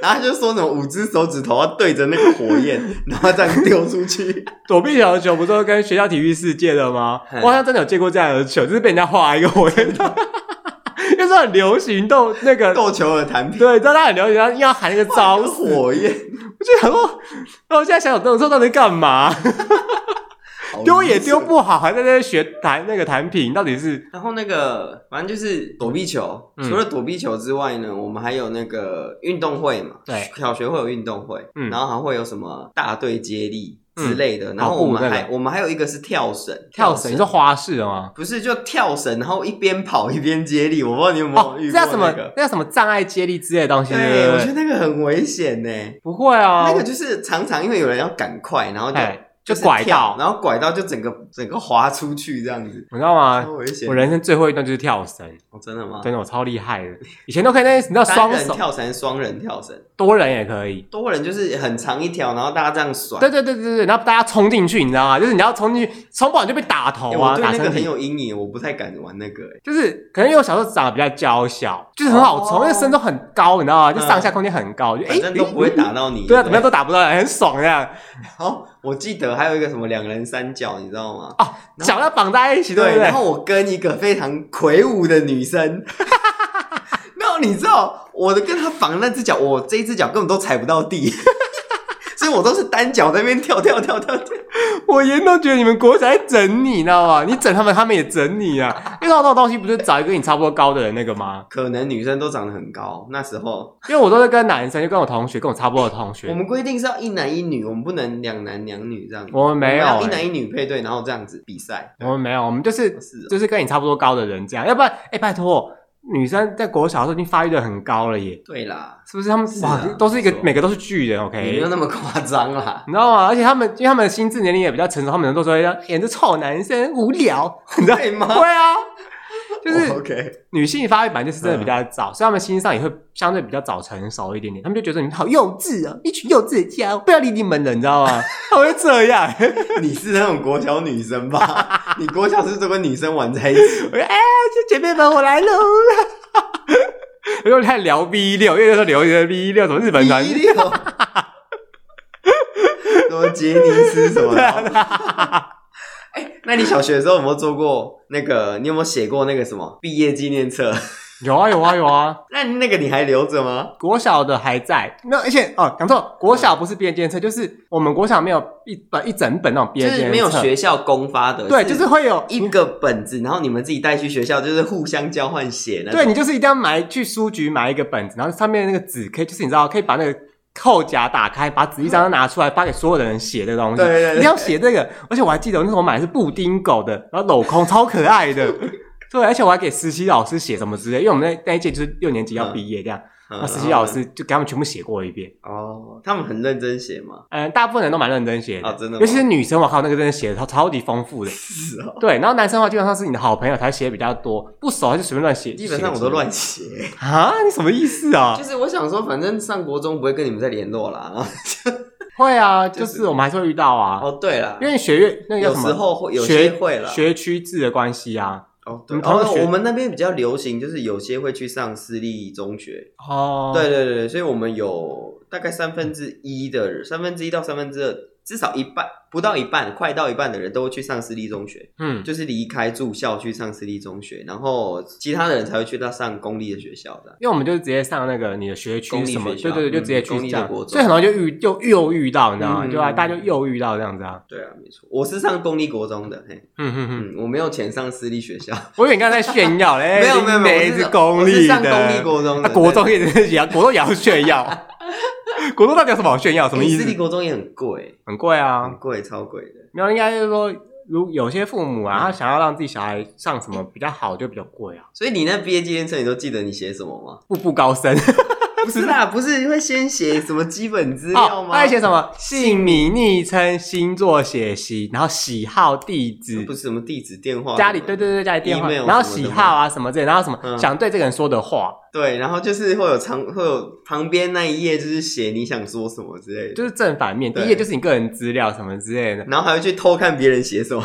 Speaker 1: 然后他就说什么五只手指头要对着那个火焰，然后这样丢出去。
Speaker 2: 躲避球的球不是都跟学校体育室借的吗？
Speaker 1: 嗯
Speaker 2: 我好像真的有借过这样的球，就是被人家画一个火焰 (laughs) 筒，那时候很流行斗那个，
Speaker 1: 斗球的弹屏，
Speaker 2: 对，知道他很流行，然后硬要喊那个
Speaker 1: 画
Speaker 2: (laughs)
Speaker 1: 一
Speaker 2: 招
Speaker 1: 个
Speaker 2: 式，
Speaker 1: 火焰，
Speaker 2: 我就想说，那我现在想想，这种时候到底干嘛？
Speaker 1: 好
Speaker 2: 丢哦也
Speaker 1: 愚蠢
Speaker 2: 丢。不好，还在那边学弹那个弹品，到底是
Speaker 1: 然后那个，反正就是躲避球。
Speaker 2: 嗯
Speaker 1: 除了躲避球之外呢，我们还有那个运动会嘛。
Speaker 2: 对，
Speaker 1: 小学会有运动会，
Speaker 2: 嗯
Speaker 1: 然后还会有什么大队接力
Speaker 2: 嗯
Speaker 1: 之类的。然后我
Speaker 2: 跑步那
Speaker 1: 们
Speaker 2: 个
Speaker 1: 还我们还有一个是跳绳，
Speaker 2: 跳绳？你说花式的吗？
Speaker 1: 不是，就跳绳，然后一边跑一边接力。我不知道你有没
Speaker 2: 哦
Speaker 1: 有， (laughs) 遇
Speaker 2: 这
Speaker 1: 过
Speaker 2: 叫什么
Speaker 1: 那？个？
Speaker 2: 那叫什么障碍接力之类的东西？
Speaker 1: 对，
Speaker 2: 对
Speaker 1: 我
Speaker 2: 不
Speaker 1: 觉得
Speaker 2: 对？
Speaker 1: 那个很危险呢。
Speaker 2: 不会啊
Speaker 1: 那，个就是常常因为有人要赶快，然后就
Speaker 2: 哎，就是拐
Speaker 1: 跳
Speaker 2: 到，
Speaker 1: 然后拐到就整个整个滑出去这样子，
Speaker 2: 你知道吗
Speaker 1: 超？危险
Speaker 2: 哎我。人生最后一段就是跳绳，
Speaker 1: 哦真的吗？
Speaker 2: 真的我超厉害的，以前都可以那你知道
Speaker 1: 单
Speaker 2: 双
Speaker 1: 人
Speaker 2: 手
Speaker 1: 跳绳、双人跳绳，
Speaker 2: 多人也可以。
Speaker 1: 多人就是很长一条，然后大家这样甩。
Speaker 2: 对对对对对，然后大家冲进去，你知道吗？就是你要冲进去，冲不好你就被打头
Speaker 1: 欸
Speaker 2: 啊，
Speaker 1: 我对
Speaker 2: 打
Speaker 1: 那个
Speaker 2: 身
Speaker 1: 很
Speaker 2: 体。
Speaker 1: 有阴影，我不太敢玩那个、欸。
Speaker 2: 就是可能因为我小时候长得比较娇小，就是很好冲，
Speaker 1: 哦
Speaker 2: 因为身都很高，你知道吗？就
Speaker 1: 嗯
Speaker 2: 上下空间很高，就哎
Speaker 1: 反正都不会打到你。
Speaker 2: 对啊，怎
Speaker 1: (laughs)
Speaker 2: 么样都打不到，很爽这样。
Speaker 1: 好，我记得还有一个什么两人三角，你知道吗？
Speaker 2: 哦，
Speaker 1: 然后
Speaker 2: 脚要绑在一起，对不对
Speaker 1: 然？后我跟一个非常魁梧的女生， (laughs) 然后你知道我的跟她绑那只脚，我这一只脚根本都踩不到地， (laughs) 所以我都是单脚在那边跳跳跳跳跳。
Speaker 2: 我严重觉得你们国仔在整你，你知道吗？你整他们，他们也整你啊！因为这种东西不是找一个跟你差不多高的人那个吗？
Speaker 1: 可能女生都长得很高，那时候
Speaker 2: 因为我都是跟男生，就跟我同学，跟我差不多的同
Speaker 1: 我
Speaker 2: 学，
Speaker 1: 们规定是要一男一女，我们不能两男两女这样子。
Speaker 2: 我们没有、
Speaker 1: 要一男
Speaker 2: 欸，哦
Speaker 1: 一女配对，然后这样子比赛。
Speaker 2: 我们没有，我们就是
Speaker 1: 是哦
Speaker 2: 就是跟你差不多高的人这样，要不然，哎、拜托，女生在国小的时候已经发育的很高了耶，
Speaker 1: 对啦，
Speaker 2: 是不是？他们
Speaker 1: 是
Speaker 2: 哇
Speaker 1: 啊，
Speaker 2: 都是一个
Speaker 1: 没错
Speaker 2: 每个都是巨人
Speaker 1: 也没
Speaker 2: ，OK
Speaker 1: 有。那么夸张啦。
Speaker 2: 你知道吗？而且他们，因为他们的心智年龄也比较成熟，他们都说要演这臭男生无
Speaker 1: (laughs)
Speaker 2: 聊，你知道？
Speaker 1: 对吗？
Speaker 2: (laughs) 对啊，就是
Speaker 1: 哦 OK， (laughs)
Speaker 2: 女性发育本来就是
Speaker 1: 嗯
Speaker 2: 真的比较早，所以她们心上也会相对比较早成熟一点点。她们就觉得你们好幼稚哦，一群幼稚的家，不要理你们了，你知道吗？ (laughs) 她们会这样。 (laughs)
Speaker 1: 你是那种国小女生吧？ (laughs) 你国小是不是都跟女生玩在一起？
Speaker 2: 我说：“哎，姐妹们，我来喽！” (laughs) 我就开始聊 V 六，因为那时候流行 V 六，什么日本团
Speaker 1: 一定有 (laughs) 什么杰尼斯什么
Speaker 2: 对啊
Speaker 1: 的。 (laughs) 哎，那你小学的时候有没有做过那个？你有没有写过那个什么毕业纪念册？ (laughs)
Speaker 2: 有啊有啊有啊，
Speaker 1: 那那个你还留着吗？
Speaker 2: 国小的还在。那而且哦，讲错，国小不是毕业纪念册，就是我们国小没有一本一整本那种毕
Speaker 1: 就
Speaker 2: 业纪
Speaker 1: 是
Speaker 2: 念册，
Speaker 1: 没有学校公发的，
Speaker 2: 对，就是会有
Speaker 1: 一个本子，然后你们自己带去学校，就是互相交换写那种
Speaker 2: 对你就是一定要买去书局买一个本子，然后上面那个纸可以，就是你知道可以把那个扣夹打开，把纸一张张拿出来发给所有的人写的东西。
Speaker 1: 对对对
Speaker 2: 一定要写这个。而且我还记得我那时候我买的是布丁狗的，然后镂空超可爱的。对，而且我还给实习老师写什么之类，因为我们那那一届就是六年级要毕业这样，
Speaker 1: 嗯
Speaker 2: 啊那实习老师就给他们全部写过一遍。
Speaker 1: 哦，他们很认真写嘛，
Speaker 2: 嗯，大部分人都蛮认真写的，
Speaker 1: 哦真的吗
Speaker 2: 尤其是女生，我靠，那个真的写的超超级丰富的。
Speaker 1: 是哦，
Speaker 2: 对，然后男生的话，基本上是你的好朋友才写比较多，不熟他就随便乱写。
Speaker 1: 基本上我都乱写，
Speaker 2: 啊，你什么意思啊？
Speaker 1: 就是我想说，反正上国中不会跟你们再联络啦。然后
Speaker 2: 会啊，
Speaker 1: 就
Speaker 2: 就
Speaker 1: 是
Speaker 2: 是我们还是会遇到啊，
Speaker 1: 哦，对啦
Speaker 2: 因，为学院那个叫
Speaker 1: 有
Speaker 2: 什
Speaker 1: 时
Speaker 2: 么
Speaker 1: 候会有
Speaker 2: 学
Speaker 1: 些会啦。
Speaker 2: 学区制的关系啊。
Speaker 1: 哦，
Speaker 2: 我
Speaker 1: 对，
Speaker 2: 们同
Speaker 1: 哦
Speaker 2: 学
Speaker 1: 我们那边比较流行，就是有些会去上私立中学。
Speaker 2: 哦，
Speaker 1: 对，对对，所以我们有大概三分之一的人，三分之一到三分之二至少一半不到一半，快到一半的人都会去上私立中学，
Speaker 2: 嗯，
Speaker 1: 就是离开住校去上私立中学，然后其他的人才会去到上公立的学校的。
Speaker 2: 因为我们就直接上那个你的学区
Speaker 1: 公立
Speaker 2: 什么，
Speaker 1: 学
Speaker 2: 对
Speaker 1: 校
Speaker 2: 对对，就
Speaker 1: 嗯
Speaker 2: 直接去
Speaker 1: 公立
Speaker 2: 这样
Speaker 1: 的国，中
Speaker 2: 所以很容易就遇就又遇到，你知道吗？
Speaker 1: 嗯
Speaker 2: 就啊，大家就又遇到这样子啊，
Speaker 1: 对啊，没错，我是上公立国中的，嘿，
Speaker 2: 嗯哼哼，
Speaker 1: 嗯，我没有钱上私立学校，
Speaker 2: (laughs) 我以为你刚才在
Speaker 1: (laughs)
Speaker 2: 炫耀哎嘞，
Speaker 1: 没有没有没有，
Speaker 2: 每一
Speaker 1: 我
Speaker 2: 次
Speaker 1: 是
Speaker 2: 公立
Speaker 1: 我是上
Speaker 2: 的，
Speaker 1: 公立国中
Speaker 2: 啊
Speaker 1: 的，
Speaker 2: 国中也是也要国中也要炫耀，
Speaker 1: (laughs)
Speaker 2: 国中到底有什么好炫耀？什
Speaker 1: 对
Speaker 2: 么
Speaker 1: 诶
Speaker 2: 意
Speaker 1: 哎私立
Speaker 2: 思？
Speaker 1: 国中也很贵，
Speaker 2: 很贵啊
Speaker 1: 很，贵，超贵的。
Speaker 2: 没有，应该就是说，如有些父母
Speaker 1: 嗯
Speaker 2: 啊，他想要让自己小孩上什么比较好，就比较贵啊，
Speaker 1: 所以你那毕业纪念册，你都记得你写什么吗？
Speaker 2: 步步高升。
Speaker 1: (laughs) 不是啦，不是会先写什么基本资料
Speaker 2: 哦，
Speaker 1: 吗？
Speaker 2: 他还写什么姓名、昵称、星座、血型，然后喜好、地址
Speaker 1: 不、是什么地址、电话，
Speaker 2: 家里，对对对，家里电话，
Speaker 1: email
Speaker 2: 然后
Speaker 1: 什么的
Speaker 2: 喜
Speaker 1: 吗
Speaker 2: 好啊什么之类，然后什么
Speaker 1: 嗯
Speaker 2: 想对这个人说的话，
Speaker 1: 对，然后就是会有旁会有旁边那一页就是写你想说什么之类的，
Speaker 2: 就是正反面。第
Speaker 1: 对
Speaker 2: 一页就是你个人资料什么之类的。
Speaker 1: 然后还会去偷看别人写什么。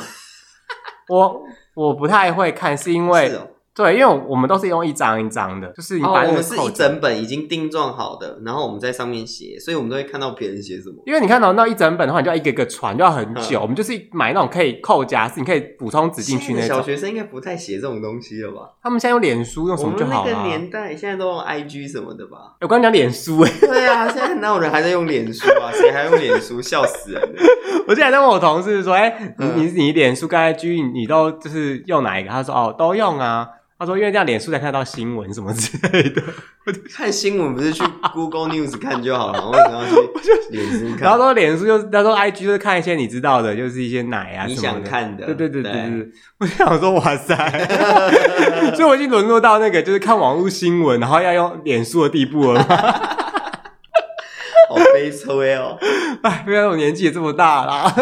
Speaker 2: 我我不太会看，是因为
Speaker 1: 是哦
Speaker 2: 对，因为我们都是用一张一张的，就是你
Speaker 1: 哦
Speaker 2: 把
Speaker 1: 我
Speaker 2: 那个
Speaker 1: 们是
Speaker 2: 扣
Speaker 1: 一
Speaker 2: 子。
Speaker 1: 整本已经定状好的，然后我们在上面写，所以我们都会看到别人写什么。
Speaker 2: 因为你看到那一整本的话，你就要一个一个传，就要很
Speaker 1: 嗯
Speaker 2: 久。我们就是买那种可以扣夹式，你可以补充纸进去
Speaker 1: 现在
Speaker 2: 那
Speaker 1: 的小
Speaker 2: 种。
Speaker 1: 学生应该不太写这种东西了吧？
Speaker 2: 他们现在用脸书用什
Speaker 1: 我
Speaker 2: 么
Speaker 1: 们
Speaker 2: 就
Speaker 1: 那
Speaker 2: 好了、
Speaker 1: 个
Speaker 2: 啊。
Speaker 1: 年代现在都用 IG 什么的吧？ (laughs)
Speaker 2: 我刚刚讲脸书、欸，
Speaker 1: 对啊，现在哪有人还在用脸书啊？谁还用脸书？笑死人了！
Speaker 2: 我之前在问我同事说：“哎、你
Speaker 1: 嗯
Speaker 2: 你你脸书跟 IG 你都就是用哪一个？”他说：“哦，都用啊。”他说：“因为这样脸书才看到新闻什么之类
Speaker 1: (laughs)
Speaker 2: 的。
Speaker 1: 看新闻不
Speaker 2: (laughs)
Speaker 1: 是去 Google News 看就好了，为什么要去脸书”
Speaker 2: 然后
Speaker 1: 看？
Speaker 2: 说脸书就是他说 IG 就是看一些你知道的，就是一些奶啊
Speaker 1: 你
Speaker 2: 什么
Speaker 1: 想
Speaker 2: 的。
Speaker 1: 看的，
Speaker 2: 对对对对
Speaker 1: 对，
Speaker 2: 对，我就想说哇塞，
Speaker 1: (laughs)
Speaker 2: 所以我已经沦落到那个就是看网络新闻，然后要用脸书的地步了吗。 (laughs)
Speaker 1: 好悲催哦。
Speaker 2: 哎，不要我年纪也这么大啦。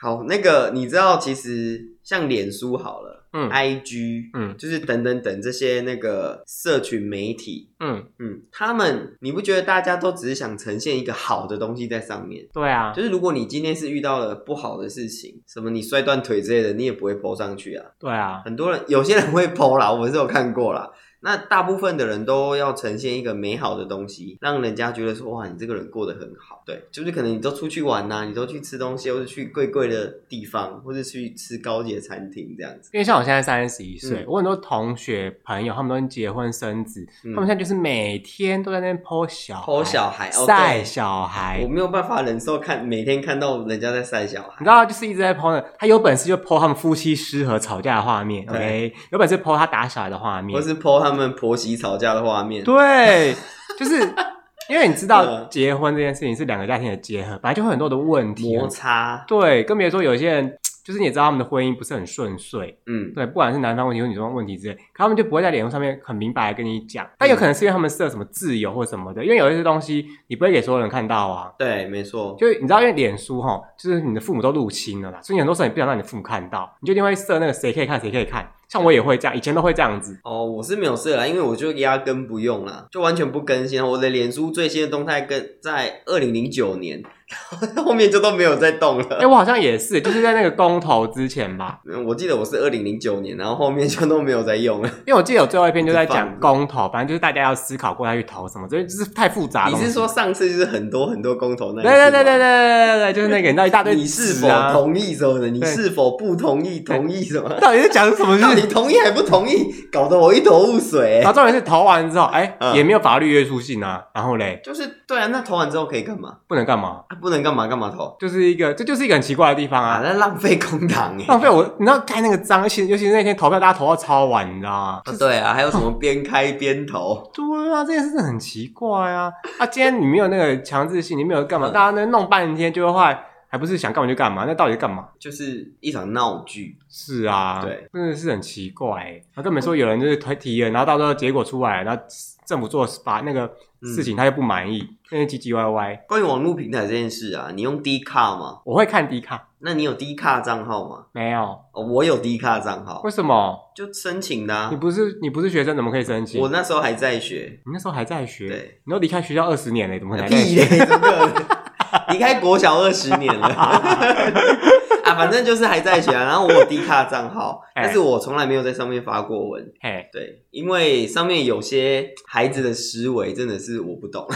Speaker 1: 好，那个你知道，其实像脸书好了
Speaker 2: 嗯
Speaker 1: ，IG，
Speaker 2: 嗯
Speaker 1: 就是等等等这些那个社群媒体。
Speaker 2: (laughs) 嗯，
Speaker 1: 嗯，他们，你不觉得大家都只是想呈现一个好的东西在上面？
Speaker 2: 对啊，
Speaker 1: 就是如果你今天是遇到了不好的事情，什么你摔断腿之类的，你也不会 PO 上去啊。
Speaker 2: 对啊，
Speaker 1: 很多人有些人会剖啦，我是有看过啦。那大部分的人都要呈现一个美好的东西，让人家觉得说哇，你这个人过得很好。对，就是可能你都出去玩啊呐、你都去吃东西，或者去贵贵的地方，或者去吃高级的餐厅这样子。
Speaker 2: 因为像我现在三十一岁，
Speaker 1: 嗯
Speaker 2: 我很多同学朋友他们都已经结婚生子，
Speaker 1: 嗯
Speaker 2: 他们现在就是每天都在那边剖小孩
Speaker 1: 剖小孩，哦，
Speaker 2: 晒
Speaker 1: 对，
Speaker 2: 小孩，
Speaker 1: 我
Speaker 2: 你
Speaker 1: 没有办法忍受看每天看到人家在晒小孩
Speaker 2: 知。道就是一直在剖呢。他有本事就剖他们夫妻失和吵架的画面
Speaker 1: 对
Speaker 2: ，OK，有本事剖他打小孩的画
Speaker 1: 或
Speaker 2: 面，
Speaker 1: 是剖他们婆媳吵架的画面，
Speaker 2: 对，就是。因为你知道，
Speaker 1: 嗯
Speaker 2: 结婚这件事情是两个家庭的结合，本来就会有很多的问题。啊
Speaker 1: 摩擦，
Speaker 2: 对，更别说有些人，就是你也知道他们的婚姻不是很顺遂，
Speaker 1: 嗯，
Speaker 2: 对，不管是男方问题或女方问题之类，可他们就不会在脸书上面很明白的跟你讲。但有可能是因为他们设什么自由或什么的，因为有一些东西你不会给所有人看到啊。
Speaker 1: 对，没错，
Speaker 2: 就是你知道，因为脸书哈，就是你的父母都入侵了啦，所以很多时候你不想让你父母看到，你就一定会设那个谁可以看，谁可以看。像我也会这样，以前都会这样子。
Speaker 1: 哦，我是没有设啦，因为我就压根不用啦，就完全不更新。啊我的脸书最新的动态跟在二零零九年， (laughs) 然后后面就都没有再动
Speaker 2: 哎、
Speaker 1: 了。
Speaker 2: 我好像也是，就是在那个公投之前吧，
Speaker 1: 嗯我记得我是二零零九年，然后后面就都没有再用了。
Speaker 2: 因为我记得有最后一篇就在讲
Speaker 1: 就
Speaker 2: 公投，反正就是大家要思考过要去投什么，这就是太复杂了。
Speaker 1: 你是说？上次就是很多很多公投那一
Speaker 2: 对
Speaker 1: 次
Speaker 2: 对
Speaker 1: 吗
Speaker 2: 对对对对对对，就是那个，你知道一大堆、啊
Speaker 1: 你是否？同意什么的？你是否不同意？同意什么？
Speaker 2: 到底是讲什么？就
Speaker 1: 到
Speaker 2: 是啊
Speaker 1: 底同意还不同意？搞得我一头雾水、
Speaker 2: 然
Speaker 1: 欸
Speaker 2: 后。重点是投完之后，哎、
Speaker 1: 嗯
Speaker 2: 也没有法律约束性啊，然后嘞，
Speaker 1: 就是对啊，那投完之后可以干嘛？
Speaker 2: 不能干嘛？
Speaker 1: 啊，不能干嘛干嘛投
Speaker 2: 就是一个，这就是一个很奇怪的地方
Speaker 1: 啊？
Speaker 2: 啊，
Speaker 1: 那浪费公堂哎、
Speaker 2: 浪费我，你知道盖那个章，尤其尤其是那天投票，大家投到超晚，你知道吗？
Speaker 1: 啊对啊，还有什么边开边投？
Speaker 2: 对啊，这件事真的很奇怪啊！啊，今天你没有那个强制性，你没有干嘛，
Speaker 1: 嗯
Speaker 2: 大家那弄半天，就会坏，还不是想干嘛就干嘛？那到底干嘛？
Speaker 1: 就是一场闹剧。
Speaker 2: 是啊，
Speaker 1: 对，
Speaker 2: 真的是很奇怪、欸。他根本说有人就是推提了，然后到时候结果出来了，然后政府做把那个
Speaker 1: 嗯
Speaker 2: 事情他又不满意，那些唧唧歪歪。
Speaker 1: 关于网络平台这件事啊，你用 D 卡吗？
Speaker 2: 我会看迪卡，
Speaker 1: 那你有 D 卡账号吗？
Speaker 2: 没有？
Speaker 1: 哦，我有 D 卡账号
Speaker 2: 为，什么？
Speaker 1: 就申请的、啊
Speaker 2: 你。不是你不是学生，怎么可以申请？
Speaker 1: 我那时候还在学，
Speaker 2: 你那时候还在学，
Speaker 1: 对，
Speaker 2: 你都离开学校二十年了，怎么可能还在
Speaker 1: 屁
Speaker 2: 学？
Speaker 1: 嘞，真的 (laughs) 离开国小二十年了 (laughs) 啊，反正就是还在学啊。然后我有 D 卡账号，
Speaker 2: 哎
Speaker 1: 但是我从来没有在上面发过文。
Speaker 2: 嘿，
Speaker 1: 对，因为上面有些孩子的思维真的是我不懂。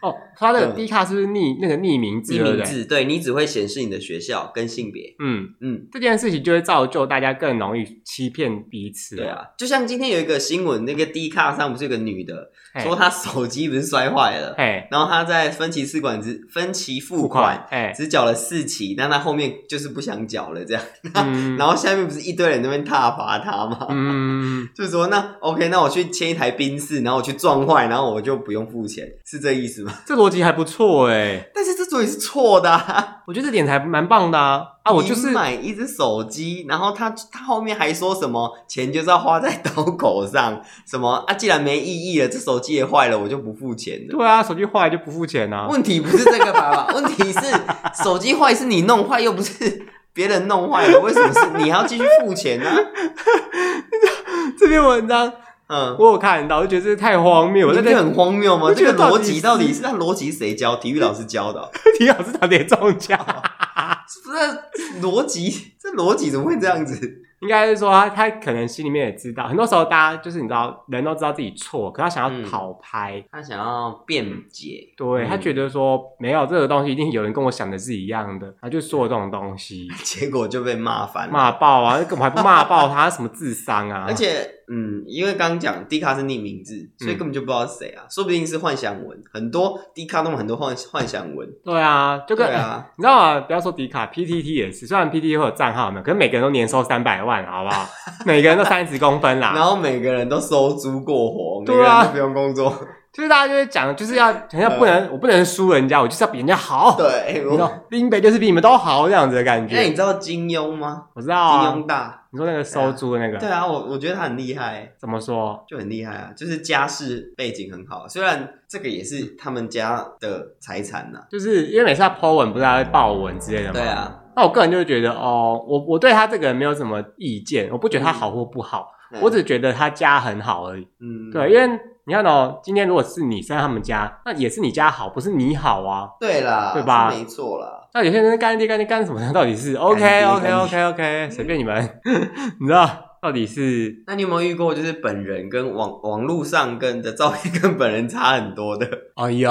Speaker 2: 哦，他的
Speaker 1: 嗯
Speaker 2: 低卡是不是匿那个匿名制，
Speaker 1: 匿
Speaker 2: 对不
Speaker 1: 名
Speaker 2: 对？
Speaker 1: 制，对你只会显示你的学校跟性别。
Speaker 2: 嗯，
Speaker 1: 嗯，
Speaker 2: 这件事情就会造就大家更容易欺骗彼此。
Speaker 1: 对，啊，就像今天有一个新闻，那个 D 卡上不是有个女的
Speaker 2: 嘿
Speaker 1: 说她手机不是摔坏了，
Speaker 2: 嘿，
Speaker 1: 然后她在分期付款只分期付
Speaker 2: 付款
Speaker 1: 款， (laughs)
Speaker 2: 嘿，
Speaker 1: 只缴了四期，但她后面就是不想缴了这样，
Speaker 2: 嗯
Speaker 1: 然后下面不是一堆人在那边挞伐她吗？
Speaker 2: 嗯，
Speaker 1: 就说那 OK，那我去签一台宾士，然后我去撞坏，然后我就不用付钱，是这意思吗？ (laughs)
Speaker 2: 这逻辑还不错哎，
Speaker 1: 但是这种也是错的啊！
Speaker 2: 我觉得这点才蛮棒的啊！啊，我就
Speaker 1: 你
Speaker 2: 是
Speaker 1: 买一只手机，然后他他后面还说什么钱就是要花在刀口上，什么啊，既然没意义了，这手机也坏了，我就不付钱了。
Speaker 2: 对啊，手机坏了就不付钱啊。
Speaker 1: 问题不是这个吧？ (laughs) 问题是手机坏是你弄坏，又不是别人弄坏了，为什么是你还要继续付钱呢、
Speaker 2: (laughs) 这篇文章
Speaker 1: 嗯，
Speaker 2: 我有看到，我就觉得这太荒谬
Speaker 1: 我
Speaker 2: 了。
Speaker 1: 这
Speaker 2: 哎那
Speaker 1: 个
Speaker 2: 个
Speaker 1: 很荒谬吗？
Speaker 2: 我
Speaker 1: 这
Speaker 2: 觉得
Speaker 1: 个逻
Speaker 2: 到底
Speaker 1: 辑
Speaker 2: 是
Speaker 1: 到底是那逻辑谁教？体育老师教的哦、
Speaker 2: (laughs) 体老师到底也中奖？
Speaker 1: 不是逻辑，这逻辑怎么会这样子？
Speaker 2: 应该是说他他可能心里面也知道，很多时候大家就是你知道，人都知道自己错，可他想
Speaker 1: 嗯
Speaker 2: 要讨拍，
Speaker 1: 他想要辩解，
Speaker 2: 对、
Speaker 1: 嗯
Speaker 2: 他觉得说没有这个东西，一定有人跟我想的是一样的，他就说了这种
Speaker 1: (laughs)
Speaker 2: 东西，
Speaker 1: 结果就被骂翻了。
Speaker 2: 骂爆啊，我还不骂爆他，什么智商
Speaker 1: (laughs)
Speaker 2: 啊？嗯
Speaker 1: 而且，嗯，因为刚刚讲 D 卡是匿名字，所以根本就不知道是谁啊，说不定是幻想文，很多 D 卡弄很多幻幻想文，
Speaker 2: 对啊，就
Speaker 1: 对
Speaker 2: 跟、
Speaker 1: 啊，
Speaker 2: 你知道吗？不要说迪卡，PTT 也是，虽然 PTT 会有账号有没有，可是每个人都年收三百万，
Speaker 1: (laughs)
Speaker 2: 好不好？每个人都三十公分啦。
Speaker 1: 啊然后每个人都收租过活，每个
Speaker 2: 对
Speaker 1: 人
Speaker 2: 啊
Speaker 1: 都不用工作，
Speaker 2: (laughs) 就是大家就会讲，就是要好像不能，我不能输人家，我就是要比人家好。
Speaker 1: 嗯对，
Speaker 2: 你知
Speaker 1: 我
Speaker 2: 道，林北就是比你们都好这样子的感
Speaker 1: 那你
Speaker 2: 觉。
Speaker 1: 知道金庸吗？
Speaker 2: 我知道
Speaker 1: 金
Speaker 2: 啊
Speaker 1: 庸，大，
Speaker 2: 你说那个收租的那
Speaker 1: 对
Speaker 2: 个
Speaker 1: 啊，我我觉得他很厉害，
Speaker 2: 怎么说？
Speaker 1: 就很厉害啊，就是家世背景很好，啊虽然这个也是他们家的财产呐、
Speaker 2: 就是因为每次他 po 文，不是他会爆文之类的吗？
Speaker 1: 对。啊，
Speaker 2: 那我个人就会觉得，哦，我我对他这个人没有什么意见，我不觉得他好或不好，我只觉得他家很好而已。
Speaker 1: 嗯，
Speaker 2: 对，因为你看哦，今天如果是你生在他们家，那也是你家好，不是你好啊。
Speaker 1: 对啦，
Speaker 2: 对吧
Speaker 1: 是没错啦，
Speaker 2: 那有些人干爹干爹干什么呢？ (laughs) 到底是 OK
Speaker 1: 爹嗯
Speaker 2: OK OK OK，随便你们， (laughs) 你知道到底是
Speaker 1: 那你有没有遇过，就是本人跟网网络上跟的照片跟本人差很多的？ (laughs)
Speaker 2: 哎呦，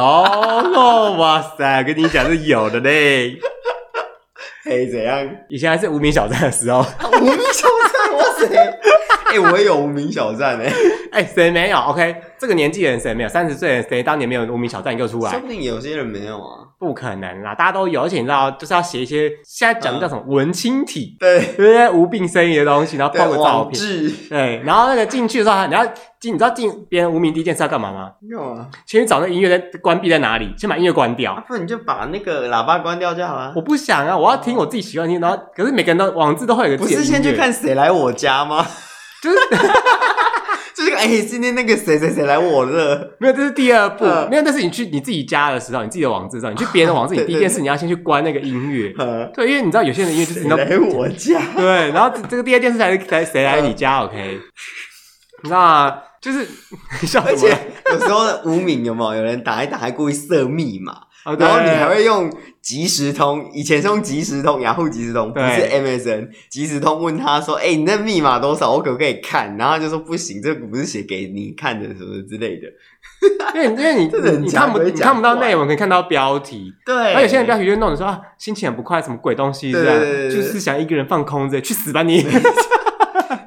Speaker 2: 哇塞！跟你讲是有的嘞。
Speaker 1: 嘿，怎
Speaker 2: (laughs)
Speaker 1: 样？
Speaker 2: 以前还是无名小站的时候， (laughs)
Speaker 1: 啊无名小站，我谁？ (laughs) 哎、我也有无名小站哎、
Speaker 2: 哎、谁没有？OK，这个年纪的人谁没有？三十岁的人谁当年没有无名小站？你给我出
Speaker 1: 说
Speaker 2: 来！
Speaker 1: 不定有些人没有啊。
Speaker 2: 不可能啦，大家都有，而且你知道，就是要写一些现在讲的叫什么、文青体，
Speaker 1: 对
Speaker 2: 对不对？无病呻吟的东西，然
Speaker 1: 嗯
Speaker 2: 后
Speaker 1: 对，
Speaker 2: 放个照
Speaker 1: 网
Speaker 2: 片。
Speaker 1: 志
Speaker 2: 对，然后那个进去的时候，你要进，你知道进别人无名第一件事要干嘛吗？
Speaker 1: 没有啊？
Speaker 2: 先去找那音乐在关闭在哪里，先把音乐关掉
Speaker 1: 啊。不然你就把那个喇叭关掉就好了
Speaker 2: 我。不想啊，我要听我自己喜欢听。然后，可是每个人都网志都会有个
Speaker 1: 不
Speaker 2: 自己的
Speaker 1: 是先
Speaker 2: 音
Speaker 1: 去
Speaker 2: 乐，
Speaker 1: 看谁来我家吗？ (laughs)
Speaker 2: 就是
Speaker 1: 就是哎、今天那个谁谁谁来我这，
Speaker 2: 没有，这是第二步。
Speaker 1: 嗯
Speaker 2: 没有，但是你去你自己家的时候，你自己的网址上，你去别人的网址，你
Speaker 1: 对
Speaker 2: 第一件事你要先去关那个音乐。
Speaker 1: 呃
Speaker 2: 对，因为你知道有些人的音乐就是
Speaker 1: 谁
Speaker 2: 你都
Speaker 1: 来我家？
Speaker 2: (laughs)
Speaker 1: (laughs)
Speaker 2: 对，然后这这个第二件事才是才谁来你家，OK？你知道吗？就是你笑什么
Speaker 1: 而且有时候无名有没有？有人打一打还故意设密码，
Speaker 2: 哦对
Speaker 1: 然后你还会用即时通，以前是用即时通，雅虎即时通不
Speaker 2: 对
Speaker 1: 是 MSN，即时通问他说：“哎、你那密码多少？我可不可以看？”然后他就说：“不行，这个不是写给你看的，什么之类的。
Speaker 2: 因为因为
Speaker 1: (laughs)
Speaker 2: 你
Speaker 1: 这人
Speaker 2: 你
Speaker 1: 假
Speaker 2: 看不
Speaker 1: 鬼
Speaker 2: 你
Speaker 1: 假
Speaker 2: 看不到
Speaker 1: 怪
Speaker 2: 内文，可以看到标题。”
Speaker 1: 对，
Speaker 2: 然后有些人标题就弄你说啊，心情很不快，什么鬼东西
Speaker 1: 对
Speaker 2: 这样
Speaker 1: 对对，对对
Speaker 2: 就是想一个人放空着，去死
Speaker 1: (laughs)
Speaker 2: 吧你！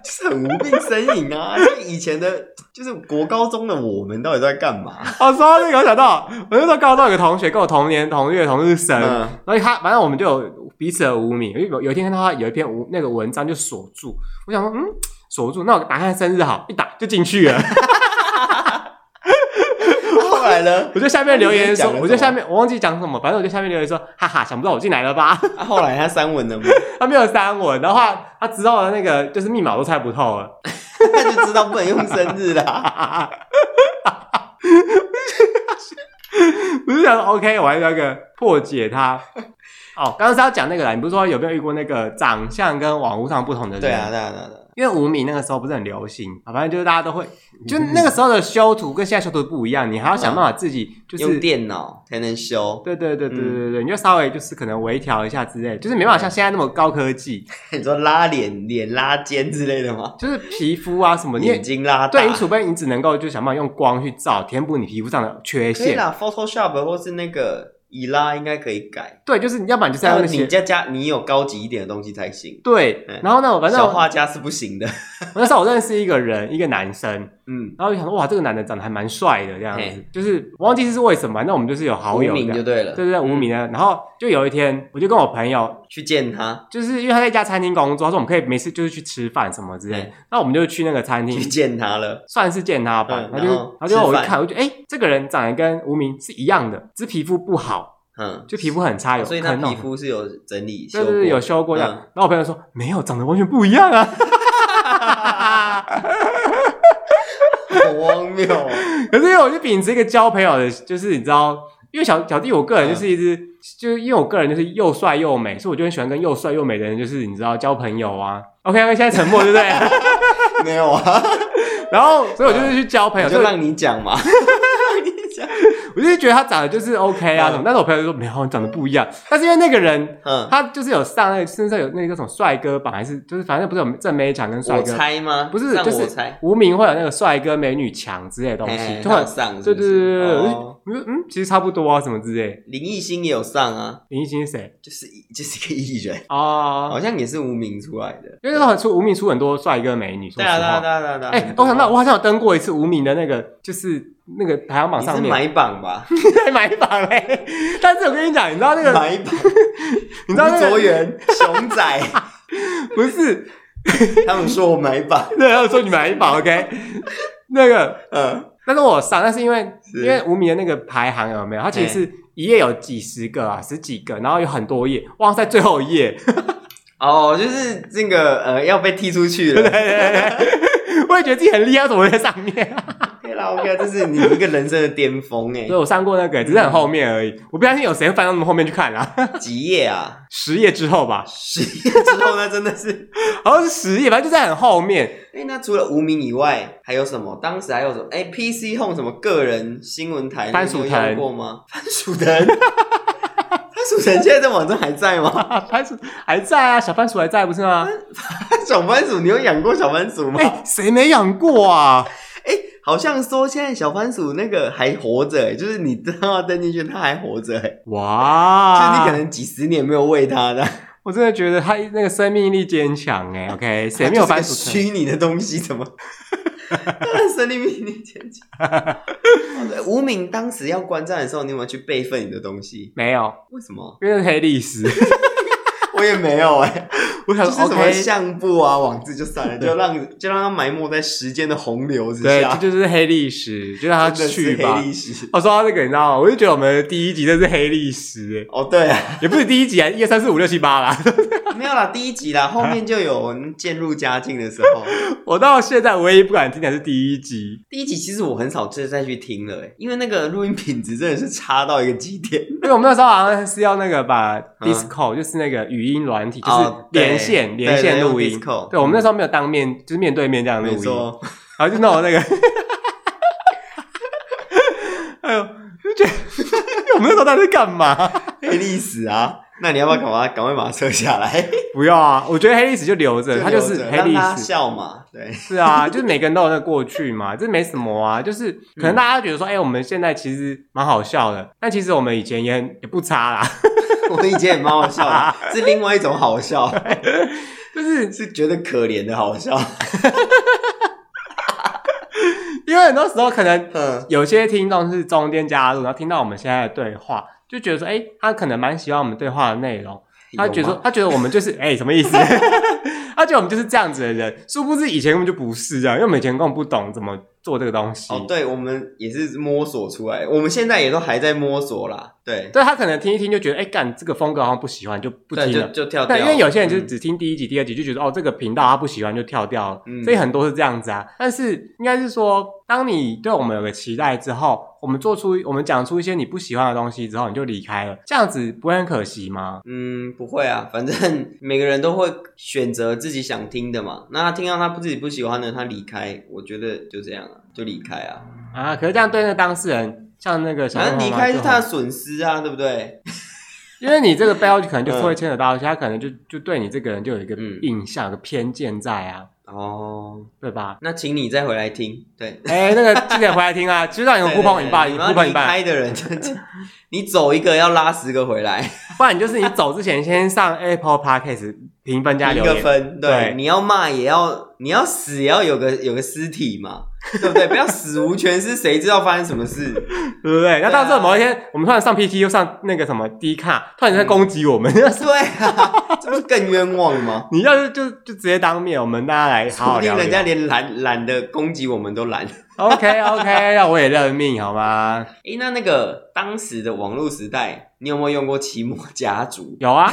Speaker 1: 就是很无病呻吟啊！就是以前的，就是国高中的我们到底在干嘛？
Speaker 2: 哦，说到这个，我想到，我那时候高中有个同学跟我同年同月同日生，
Speaker 1: 嗯，
Speaker 2: 然后他反正我们就有彼此的无名，因为有有一天看到他有一篇无那个文章就锁住，我想说嗯锁住，那我打开他生日好，一打就进去了。
Speaker 1: 后来呢？
Speaker 2: 我就下面留言说
Speaker 1: 你先讲了什，么
Speaker 2: 我就下面我忘记讲什么，反正我就下面留言说，哈哈，想不到我进来了吧？ (laughs)
Speaker 1: 啊、后来他删文了吗？
Speaker 2: 他没有删我，然后他他知道的那个就是密码我都猜不透了， (laughs)
Speaker 1: 他就知道不能用生日啦。
Speaker 2: 我就想说 OK，我还那个破解他。哦，刚刚是要讲那个啦，你不是说有没有遇过那个长相跟网络上不同的人？
Speaker 1: 对啊，对啊，对啊，对啊
Speaker 2: 因为无名那个时候不是很流行，啊反正就是大家都会，
Speaker 1: 嗯
Speaker 2: 就那个时候的修图跟现在修图不一样，你还要想办法自己就是
Speaker 1: 用电嗯脑才能修。
Speaker 2: 对对对对对对对，你就稍微就是可能微调一下之类，就是没办法像现在那么高科技，
Speaker 1: 你说拉脸、脸拉尖之类的吗？
Speaker 2: 就是皮肤啊什么，你也
Speaker 1: 眼睛拉大，
Speaker 2: (laughs) 对你除非你只能够就想办法用光去照，填补你皮肤上的缺
Speaker 1: 可以
Speaker 2: 陷。
Speaker 1: 啦，Photoshop 或是那个以拉应该可以改。
Speaker 2: 对，就是你要不然就是要
Speaker 1: 但
Speaker 2: 用那
Speaker 1: 你
Speaker 2: 些
Speaker 1: 家家你有高级一点的东西才行，
Speaker 2: 对
Speaker 1: 嗯。
Speaker 2: 然后呢，我反正
Speaker 1: 小
Speaker 2: 我
Speaker 1: 画家是不行的。
Speaker 2: 那时候我认识一个人，一个男生，
Speaker 1: 嗯，
Speaker 2: 然后我就想说哇，这个男的长得还蛮帅的这样子
Speaker 1: 嘿，
Speaker 2: 就是我忘记是为什么，那我们就是有
Speaker 1: 无
Speaker 2: 好友这
Speaker 1: 名就
Speaker 2: 样。
Speaker 1: 对了，
Speaker 2: 对对对，无名的。然后就有一天，我就跟我朋友
Speaker 1: 去见他，
Speaker 2: 就是因为他在一家餐厅工作，他说我们可以没事就是去吃饭什么之类
Speaker 1: 嗯，
Speaker 2: 那我们就去那个餐
Speaker 1: 去
Speaker 2: 厅，
Speaker 1: 见他了。
Speaker 2: 算是见他吧
Speaker 1: 嗯。
Speaker 2: 然后就
Speaker 1: 然后
Speaker 2: 然后就我一
Speaker 1: 吃
Speaker 2: 看，我就哎，诶这个人长得跟无名是一样的，只是皮肤不好，
Speaker 1: 嗯，
Speaker 2: 就皮肤很差，有
Speaker 1: 所以他
Speaker 2: 可能那
Speaker 1: 皮
Speaker 2: 种
Speaker 1: 肤是有整理修
Speaker 2: 对
Speaker 1: 过
Speaker 2: 对
Speaker 1: 的，
Speaker 2: 对有修过这
Speaker 1: 嗯。
Speaker 2: 样然后我朋友说没有，长得完全不一样
Speaker 1: (laughs)
Speaker 2: 啊。
Speaker 1: 好荒谬哦。
Speaker 2: 可是因为我就秉持一个交朋友的，就是你知道，因为小小弟我个人就是一
Speaker 1: 嗯
Speaker 2: 只，就是因为我个人就是又帅又美，所以我就很喜欢跟又帅又美的人，就是你知道交朋友啊。OK OK，现在沉默
Speaker 1: (laughs)
Speaker 2: 对不对？
Speaker 1: 没有
Speaker 2: (laughs)
Speaker 1: 啊，
Speaker 2: 然后所以我就是去交朋友，
Speaker 1: 我
Speaker 2: 所
Speaker 1: 就
Speaker 2: 以
Speaker 1: 让你讲
Speaker 2: (laughs)
Speaker 1: 嘛，让你讲。
Speaker 2: 我就是觉得他长得就是 OK
Speaker 1: 嗯
Speaker 2: 啊什么，但是我朋友就说没有，你长得不一样。但是因为那个人。
Speaker 1: 嗯，
Speaker 2: 他就是有上那个，身上有那个叫什么帅哥榜，还是就是反正不是有正妹墙跟帅
Speaker 1: 我
Speaker 2: 哥，
Speaker 1: 猜吗？
Speaker 2: 不是
Speaker 1: 让
Speaker 2: 就是
Speaker 1: 我猜，
Speaker 2: 无名会有那个帅哥美女墙之类的东西，
Speaker 1: 嘿
Speaker 2: 就会
Speaker 1: 他有上是
Speaker 2: 对对
Speaker 1: 不
Speaker 2: 对
Speaker 1: 是，
Speaker 2: 对对，我就
Speaker 1: 哦
Speaker 2: 我就嗯，其实差不多啊什么之类。
Speaker 1: 林奕星也有上啊，
Speaker 2: 林奕星是谁？
Speaker 1: 就是一就是一个艺人，
Speaker 2: 哦，
Speaker 1: 好像也是无名出来的。
Speaker 2: 因为那时候很出无名出很多帅哥美女，说
Speaker 1: 对
Speaker 2: 实
Speaker 1: 啊对啊对
Speaker 2: 话。
Speaker 1: 啊对啊对啊！
Speaker 2: 哎、
Speaker 1: 很多
Speaker 2: 我想到我好像有登过一次无名的那个，就是那个排行榜
Speaker 1: 你
Speaker 2: 上
Speaker 1: 是
Speaker 2: 面，
Speaker 1: 买榜吧？
Speaker 2: 对 (laughs) 买榜嘞、但是我跟你讲，你知道那个，
Speaker 1: (laughs) 买榜，
Speaker 2: 你知道那
Speaker 1: 吴
Speaker 2: 个
Speaker 1: 卓源、 (laughs) 熊仔，
Speaker 2: 不是？
Speaker 1: 他们说我买榜，
Speaker 2: 对，他说你买榜，OK？那个，
Speaker 1: 嗯，
Speaker 2: 但是我上，但是因为
Speaker 1: 是哎
Speaker 2: 因为无名的那个排行有没有？它其实是一页有几十个啊，十几个，然后有很多页，哇，在最后一页，
Speaker 1: 哦，就是这个呃要被踢出去
Speaker 2: 对对
Speaker 1: 了。
Speaker 2: 对对， (laughs) 我也觉得自己很厉害，怎么会在上面、 (laughs) 啊？
Speaker 1: 对啦，OK，这是你一个人生的巅峰哎
Speaker 2: 所，以我上过那个，只是很后面而已。我不相信有谁会翻到那么后面去看啦、
Speaker 1: 几页啊？
Speaker 2: (laughs) 十页之后吧，
Speaker 1: 十页之后呢，真的是
Speaker 2: 好像是十页，反正就在很后面。 (laughs)
Speaker 1: 哎、那除了无名以外，还有什么？当时还有什么？哎、p c Home 什么个人新闻台，
Speaker 2: 番薯
Speaker 1: 你有用
Speaker 2: 藤
Speaker 1: 过吗？番薯藤， (laughs) 番薯藤现在在网上还在吗？ (laughs)
Speaker 2: 啊，番薯还在啊，小番薯还在不是 (laughs) 吗？
Speaker 1: 小番薯，你有养过小番薯吗？
Speaker 2: 哎、谁没养过啊？
Speaker 1: 哎、好像说现在小番薯那个还活着、哎就是你知道登进去，它还活着、哎
Speaker 2: 哇，
Speaker 1: 就是你可能几十年没有喂它的，
Speaker 2: 我真的觉得他那个生命力坚强哎。OK，谁 (laughs) 没有番薯
Speaker 1: 它就
Speaker 2: 藤？
Speaker 1: 是个虚拟的东西？怎
Speaker 2: (laughs)
Speaker 1: 么？当然生命比你坚强。好的哦无名当时要观战的时候，你有没有去备份你的东西？
Speaker 2: 没有，
Speaker 1: 为什么？
Speaker 2: 因为是黑历史。
Speaker 1: 我也没有哎、
Speaker 2: (laughs) 我想
Speaker 1: 就是
Speaker 2: 说
Speaker 1: 什么
Speaker 2: OK，
Speaker 1: 相簿啊、网志就算了，
Speaker 2: 对
Speaker 1: 就让就让它埋没在时间的洪流之
Speaker 2: 对，
Speaker 1: 下
Speaker 2: 这。就是黑历史，就让他
Speaker 1: 真的是
Speaker 2: 去吧
Speaker 1: 黑。历史。
Speaker 2: 哦我说到这个，你知道吗？我就觉得我们的第一集真是黑历史
Speaker 1: 哦，对啊，
Speaker 2: 哎， (laughs) 也不是第一集啊，一二三四五六七八啦。 (laughs)
Speaker 1: 没有啦，第一集啦，后面就有渐入佳境的时候。
Speaker 2: 我到现在唯一不敢听的是第一集。
Speaker 1: 第一集其实我很少再再去听了，欸因为那个录音品质真的是差到一个极点。
Speaker 2: 因为我们那时候好像是要那个把 Disco，、就是那个语音软体，就是
Speaker 1: 嗯哦对
Speaker 2: 连线、
Speaker 1: 对
Speaker 2: 连线
Speaker 1: 对用
Speaker 2: 录音。
Speaker 1: Discord
Speaker 2: 对，我们那时候没有当面，就是面对面这样录
Speaker 1: 没
Speaker 2: 音，
Speaker 1: 错，
Speaker 2: 然后就弄那个， (laughs) 哎呦，就觉得 (laughs) 我们那时候到底在干嘛？
Speaker 1: 黑历史啊。那你要不要赶快赶快把它撤下来？
Speaker 2: 不要啊，我觉得黑历史就留着，它就
Speaker 1: 留
Speaker 2: 是
Speaker 1: 着
Speaker 2: 黑历
Speaker 1: 让它
Speaker 2: 史。
Speaker 1: 笑嘛，对，
Speaker 2: 是啊， (laughs) 就是每个人都有那个过去嘛，这没什么啊。就是可
Speaker 1: 嗯
Speaker 2: 能大家觉得说，哎、我们现在其实蛮好笑的，但其实我们以前也很也不差啦， (laughs)
Speaker 1: 我以前也蛮好笑的，是另外一种好笑，
Speaker 2: 就是
Speaker 1: 是觉得可怜的好笑。
Speaker 2: 因为很多时候可能
Speaker 1: 嗯，
Speaker 2: 有些听众是中间加入，然后听到我们现在的对话，就觉得说，哎、他可能蛮喜欢我们对话的内容，他觉得
Speaker 1: 有
Speaker 2: 说
Speaker 1: 吗
Speaker 2: 他觉得我们就是，哎、 (laughs) 什么意思？他觉得我们就是这样子的人，殊不知以前根本就不是这样，因为我们以前根本不懂怎么做这个东西。
Speaker 1: 哦，对，我们也是摸索出来，我们现在也都还在摸索啦。对，
Speaker 2: 对他可能听一听就觉得，哎、干这个风格好像不喜欢，就不
Speaker 1: 对，
Speaker 2: 听
Speaker 1: 就
Speaker 2: 了。
Speaker 1: 就跳掉。
Speaker 2: 但因为有些人就是
Speaker 1: 嗯
Speaker 2: 只听第一集、第二集就觉得哦，这个频道他不喜欢就跳掉了，
Speaker 1: 嗯
Speaker 2: 所以很多是这样子啊。但是应该是说，当你对我们有个期待之后，我们做出我们讲出一些你不喜欢的东西之后，你就离开了，这样子不会很可惜吗？
Speaker 1: 嗯，不会啊，反正 (laughs) 每个人都会选择自己想听的嘛。那他听到他自己不喜欢的，他离开，我觉得就这样啊，就离开啊。
Speaker 2: 啊，可是这样对那个当事人，像那个小
Speaker 1: 反正
Speaker 2: 妈
Speaker 1: 离
Speaker 2: 妈
Speaker 1: 开
Speaker 2: 就是很
Speaker 1: 他的损失啊，对不对？
Speaker 2: 因为你这个背后就可能就是
Speaker 1: 嗯
Speaker 2: 会牵扯到，他可能就就对你这个人就有一个
Speaker 1: 嗯
Speaker 2: 印象、有个偏见在啊，
Speaker 1: 哦，？
Speaker 2: 对吧
Speaker 1: 那请你再回来听，对。
Speaker 2: 哎，那个记得回来听啊，知道你们不碰你爸，
Speaker 1: 对 (laughs)
Speaker 2: 你
Speaker 1: 对
Speaker 2: 不碰
Speaker 1: 对
Speaker 2: 你
Speaker 1: 你
Speaker 2: 爸，
Speaker 1: 开的人，你走一个要拉十个回来，
Speaker 2: 不然你就是你走之前先上 Apple Podcast 评分加
Speaker 1: 一
Speaker 2: 留
Speaker 1: 个
Speaker 2: 言。
Speaker 1: 分。对
Speaker 2: 对，
Speaker 1: 你要骂也要，你要死也要有个有个尸体嘛，对不对？不要死无全尸，谁知道发生什么事？ (laughs)
Speaker 2: 对不对？
Speaker 1: 对
Speaker 2: 那
Speaker 1: 啊
Speaker 2: 到时候某一天，我们突然上 PT 又上那个什么 D 卡，突然在攻击我们， (laughs)
Speaker 1: 对啊，这不是更冤枉吗？
Speaker 2: 你要是就就直接当面，我们大家来好
Speaker 1: 说
Speaker 2: 好
Speaker 1: 不定
Speaker 2: 聊
Speaker 1: 人家
Speaker 2: 聊。
Speaker 1: 连懒懒得攻击我们都懒。
Speaker 2: OK OK，那我也认命好吗？
Speaker 1: 诶，那那个当时的网络时代，你有没有用过奇摩家族？(laughs)
Speaker 2: 有啊，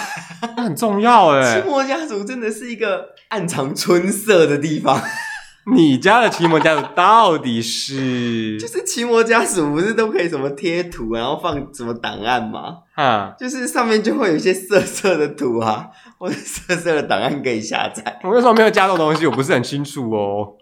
Speaker 2: 那很重要哎
Speaker 1: 奇。摩家族真的是一个暗藏春色的地方， (laughs)
Speaker 2: 你家的奇摩家族到底是
Speaker 1: 就是奇摩家族不是都可以什么贴图，然后放什么档案吗？
Speaker 2: 啊？
Speaker 1: 就是上面就会有一些色色的图啊，或者色色的档案可以下载。
Speaker 2: 我那时候没有加这种东西，我不是很清楚哦。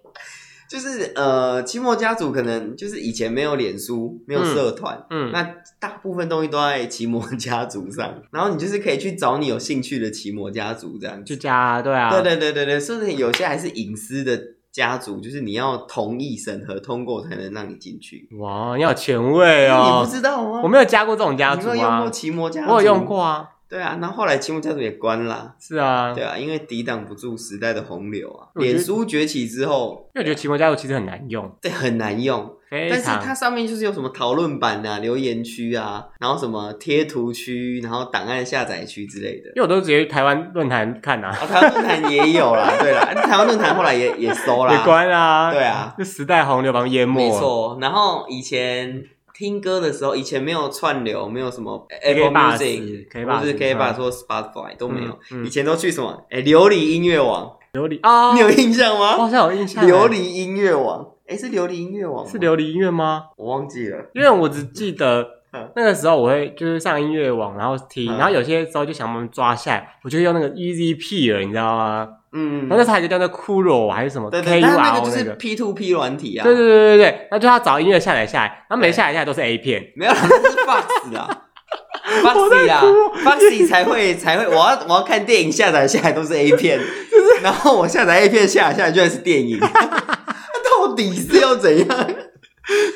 Speaker 1: 就是呃，奇摩家族可能就是以前没有脸书，没有
Speaker 2: 嗯
Speaker 1: 社团，
Speaker 2: 嗯，
Speaker 1: 那大部分东西都在奇摩家族上， (laughs) 然后你就是可以去找你有兴趣的奇摩家族这样
Speaker 2: 就
Speaker 1: 去。
Speaker 2: 加啊对啊，
Speaker 1: 对对对对对，甚至有些还是隐私的家族，就是你要同意审核通过才能让你进去。
Speaker 2: 哇，你好前卫
Speaker 1: 你
Speaker 2: 哦
Speaker 1: 不！知道吗？
Speaker 2: 我没有加过这种家
Speaker 1: 你
Speaker 2: 族
Speaker 1: 没有用
Speaker 2: 啊
Speaker 1: 过，奇摩家族？
Speaker 2: 我有用。过啊，
Speaker 1: 对啊，然后后来奇摩家族也关啦。
Speaker 2: 是啊，
Speaker 1: 对啊，因为抵挡不住时代的洪流啊。
Speaker 2: 我觉得
Speaker 1: 脸书崛起之后，
Speaker 2: 因为我觉得奇摩家族其实很难用，
Speaker 1: 对很难用，
Speaker 2: 非
Speaker 1: 但是它
Speaker 2: 常
Speaker 1: 上面就是有什么讨论版啊、留言区啊，然后什么贴图区，然后档案下载区之类的。
Speaker 2: 因为我都直接去台湾论坛看啊，
Speaker 1: 啊，台湾论坛也有
Speaker 2: (laughs)
Speaker 1: 啦，对啦，台湾论坛后来也也收啦，
Speaker 2: 也关啊，
Speaker 1: 对啊，
Speaker 2: 就时代洪流把我们淹
Speaker 1: 没，
Speaker 2: 没，
Speaker 1: 错。然后以前听歌的时候，以前没有串流，没有什么 Apple
Speaker 2: KBox
Speaker 1: Music，
Speaker 2: KBox
Speaker 1: 或者是 K
Speaker 2: 嗯
Speaker 1: b 说 Spotify 都没有，
Speaker 2: 嗯嗯
Speaker 1: 以前都去什么哎琉璃音乐网，
Speaker 2: 琉璃啊，
Speaker 1: 你有印象
Speaker 2: 我好
Speaker 1: 吗？
Speaker 2: 像有印象，欸
Speaker 1: 琉璃音乐网，哎，是琉璃音乐网吗
Speaker 2: 是，琉璃音乐吗？
Speaker 1: 我忘记了。
Speaker 2: 因为我只记得
Speaker 1: 嗯
Speaker 2: 那个时候我会就是上音乐网，然后听，
Speaker 1: 嗯
Speaker 2: 然后有些时候就想把他们抓下来，我就用那个 Easy P 了，你知道吗？
Speaker 1: 嗯
Speaker 2: 然后，那时候还有一个叫做 Kuro 还是什么
Speaker 1: 对
Speaker 2: K
Speaker 1: 对，
Speaker 2: U
Speaker 1: 但是
Speaker 2: R
Speaker 1: 那
Speaker 2: O
Speaker 1: 个就
Speaker 2: 那
Speaker 1: 是
Speaker 2: 个。
Speaker 1: P to P 软体啊，
Speaker 2: 对对对对对，那就要找音乐下载下来，然后每下载下来都是 A 片，
Speaker 1: 没有啦，那是 Fox
Speaker 2: (laughs)
Speaker 1: 啊，Foxy 啦，Foxy 才会才会，我要我要看电影下载下来都是 A 片，
Speaker 2: (laughs)
Speaker 1: 然后我下载 A 片下载下来居然是电影，到底是要怎样？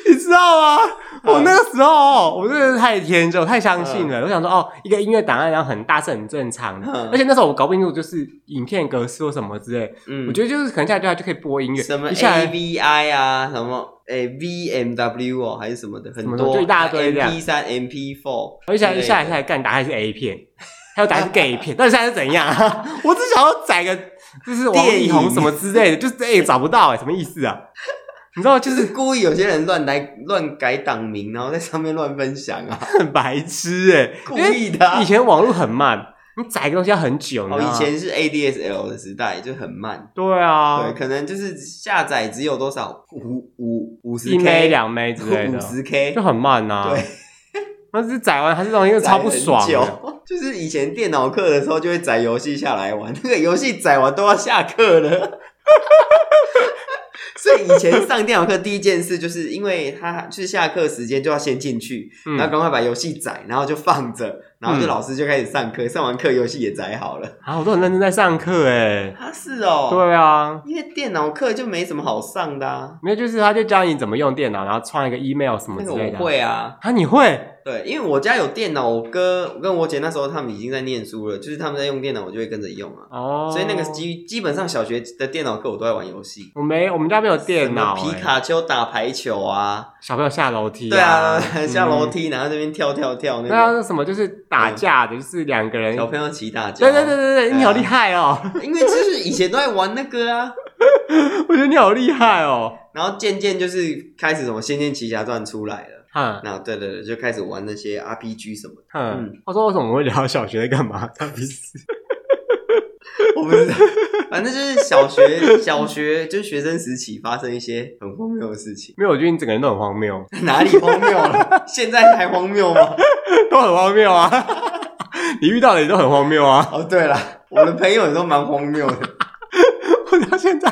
Speaker 2: 你知道吗？
Speaker 1: 嗯
Speaker 2: 我那个时候哦，我真的是太天真，我太相信了。我想说，哦，一个音乐档案然后很大是很正常的
Speaker 1: 嗯，
Speaker 2: 而且那时候我搞不清楚就是影片格式或什么之类，
Speaker 1: 嗯，
Speaker 2: 我觉得就是可能下来就就可以播音乐，
Speaker 1: 什么
Speaker 2: 一下
Speaker 1: A
Speaker 2: 来
Speaker 1: V I 啊，什么诶 V M W 哦，还是什么的，很
Speaker 2: 么的
Speaker 1: 多
Speaker 2: 就一大堆这样
Speaker 1: M P 三、M P four，
Speaker 2: 而且一下来下来干打还是 A 片， (laughs) 还有打还是 gay 片，到底现在是怎样 (laughs) 啊？我只想要载个就是王力
Speaker 1: 电
Speaker 2: 宏
Speaker 1: 影
Speaker 2: 什么之类的，就是哎找不到哎，什么意思啊？你知道就
Speaker 1: 就是是故意有些人乱来乱改档名，然后在上面乱分享啊，
Speaker 2: 很白痴哎，
Speaker 1: (laughs) 故
Speaker 2: 因为
Speaker 1: 意的啊、
Speaker 2: 以前网络很慢，你载个东西要很久，你
Speaker 1: 哦，
Speaker 2: 知道吗
Speaker 1: 以前是 ADSL 的时代，就很慢。
Speaker 2: 对啊，
Speaker 1: 对，可能就是下载只有多少五五五十
Speaker 2: 一枚
Speaker 1: K
Speaker 2: 两枚之类的
Speaker 1: 五，十 K，
Speaker 2: 就很慢呐、啊。
Speaker 1: 对，
Speaker 2: 那是载完，它这东西就超不爽啊
Speaker 1: 载很
Speaker 2: 的。
Speaker 1: 久。就是以前电脑课的时候就会载游戏下来玩， (laughs) 那个游戏载完都要下课了。 (laughs) 所以以前上电脑课第一件事，就是因为他就是下课时间就要先进去，然后
Speaker 2: 嗯，
Speaker 1: 赶快把游戏载，然后就放着，然后就
Speaker 2: 嗯
Speaker 1: 老师就开始上课，上完课游戏也载好了。
Speaker 2: 啊，我都很认真在上课哎。
Speaker 1: 啊，是哦，，
Speaker 2: 对啊，
Speaker 1: 因为电脑课就没什么好上的啊，
Speaker 2: 没有就是他就教你怎么用电脑，然后创一个 email 什么
Speaker 1: 那
Speaker 2: 之
Speaker 1: 个
Speaker 2: 类的。
Speaker 1: 我会啊，
Speaker 2: 啊，你会？
Speaker 1: 对，因为我家有电脑，我哥我跟我姐那时候他们已经在念书了，就是他们在用电脑，我就会跟着用啊。
Speaker 2: 哦，
Speaker 1: 所以那个基基本上小学的电脑课我都在玩游戏，
Speaker 2: 我没，我们家没有电脑
Speaker 1: 什么皮
Speaker 2: 哎。
Speaker 1: 卡丘打排球啊，
Speaker 2: 小朋友下楼梯、
Speaker 1: 对啊，下楼。
Speaker 2: 嗯
Speaker 1: 梯然后这边跳跳跳
Speaker 2: 那要
Speaker 1: 那
Speaker 2: 是什么？就是打架的，就是两个人
Speaker 1: 种，。小朋友起打架，
Speaker 2: 对对对对
Speaker 1: 对
Speaker 2: 对，
Speaker 1: 啊
Speaker 2: 你好厉害哦！
Speaker 1: 对，因为就是以前都在玩那个啊，
Speaker 2: 我觉得你好厉害哦。
Speaker 1: 然后渐渐就是开始什么《仙剑奇侠传》出来了，
Speaker 2: 哼
Speaker 1: 那对对对，就开始玩那些 RPG 什么的，
Speaker 2: 哼
Speaker 1: 嗯，
Speaker 2: 他说为什么我会聊小学在干嘛？他不是
Speaker 1: 我不知道，反正就是小学小学就是学生时期发生一些很荒谬的事情，
Speaker 2: 没有，我觉得你整个人都很荒谬， (laughs)
Speaker 1: (laughs) 哪里荒谬了？现在还荒谬吗？
Speaker 2: 都很荒谬啊。 (laughs) 你遇到的也都很荒谬啊！
Speaker 1: 哦，对了，我的朋友也都蛮荒谬的。
Speaker 2: 我到现在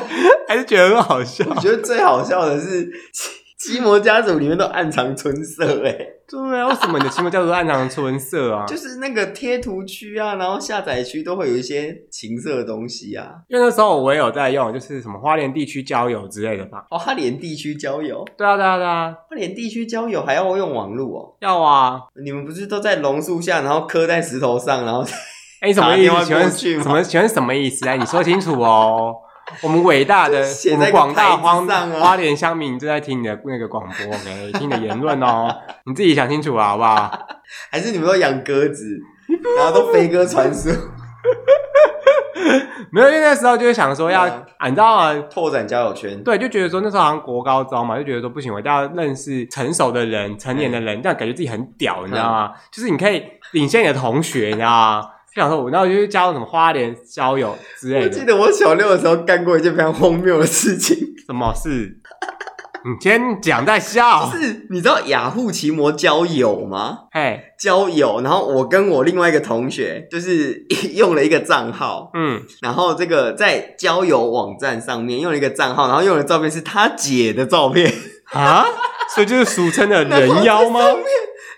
Speaker 2: 还是觉得很好笑。 (laughs)
Speaker 1: 我觉得最好笑的是《奇奇魔家族》里面都暗藏春色、欸，哎，
Speaker 2: 对啊，为什么你的期末叫做暗藏春色
Speaker 1: (laughs)
Speaker 2: 啊？
Speaker 1: 就是那个贴图区啊，然后下载区都会有一些情色的东西啊。
Speaker 2: 因为那时候我也有在用，就是什么花莲地区交友之类的吧。
Speaker 1: 哦，他连地区交友，
Speaker 2: 对啊，对啊，对啊，
Speaker 1: 他连地区交友还要用网络
Speaker 2: 要啊。
Speaker 1: 哦。你们不是都在榕树下，然后磕在石头上，然后 (laughs)
Speaker 2: 哎、你什么意
Speaker 1: 打
Speaker 2: 思？
Speaker 1: 电话
Speaker 2: 请
Speaker 1: 过
Speaker 2: 问
Speaker 1: 去吗
Speaker 2: 什么？请问什么意思？来，你说清楚哦。我们伟大的、
Speaker 1: 写
Speaker 2: 我
Speaker 1: 在
Speaker 2: 们广大
Speaker 1: 个牌
Speaker 2: 荒
Speaker 1: 子上啊
Speaker 2: 花莲乡民正在听你的那个广播，OK，听你的言论哦， (laughs) 你自己想清楚啊，好不好？
Speaker 1: 还是你们都养鸽子，然后都飞鸽传书，
Speaker 2: 没有，因为那时候就是想说要，
Speaker 1: 对啊
Speaker 2: 啊、你知道吗？
Speaker 1: 拓展交友圈。
Speaker 2: 对，就觉得说那时候好像国高中嘛，就觉得说不行，我一定要认识成熟的人、成年
Speaker 1: 嗯
Speaker 2: 的人，这样感觉自己很屌，你知道吗？就是你可以领先你的同学，你知道吗？就想说我，然后我就去加入什么花莲交友之类
Speaker 1: 我
Speaker 2: 的
Speaker 1: 记，得我小六的时候干过一件非常荒谬的事情，
Speaker 2: 什么事？你先讲再笑，
Speaker 1: 是你知道雅虎奇摩交友吗？
Speaker 2: 嘿，
Speaker 1: 交友，然后我跟我另外一个同学就是用了一个账号，
Speaker 2: 嗯，
Speaker 1: 然后这个在交友网站上面用了一个账号，然后用的照片是他姐的照片，
Speaker 2: 啊，所以就是俗称的人妖
Speaker 1: (laughs)
Speaker 2: 吗？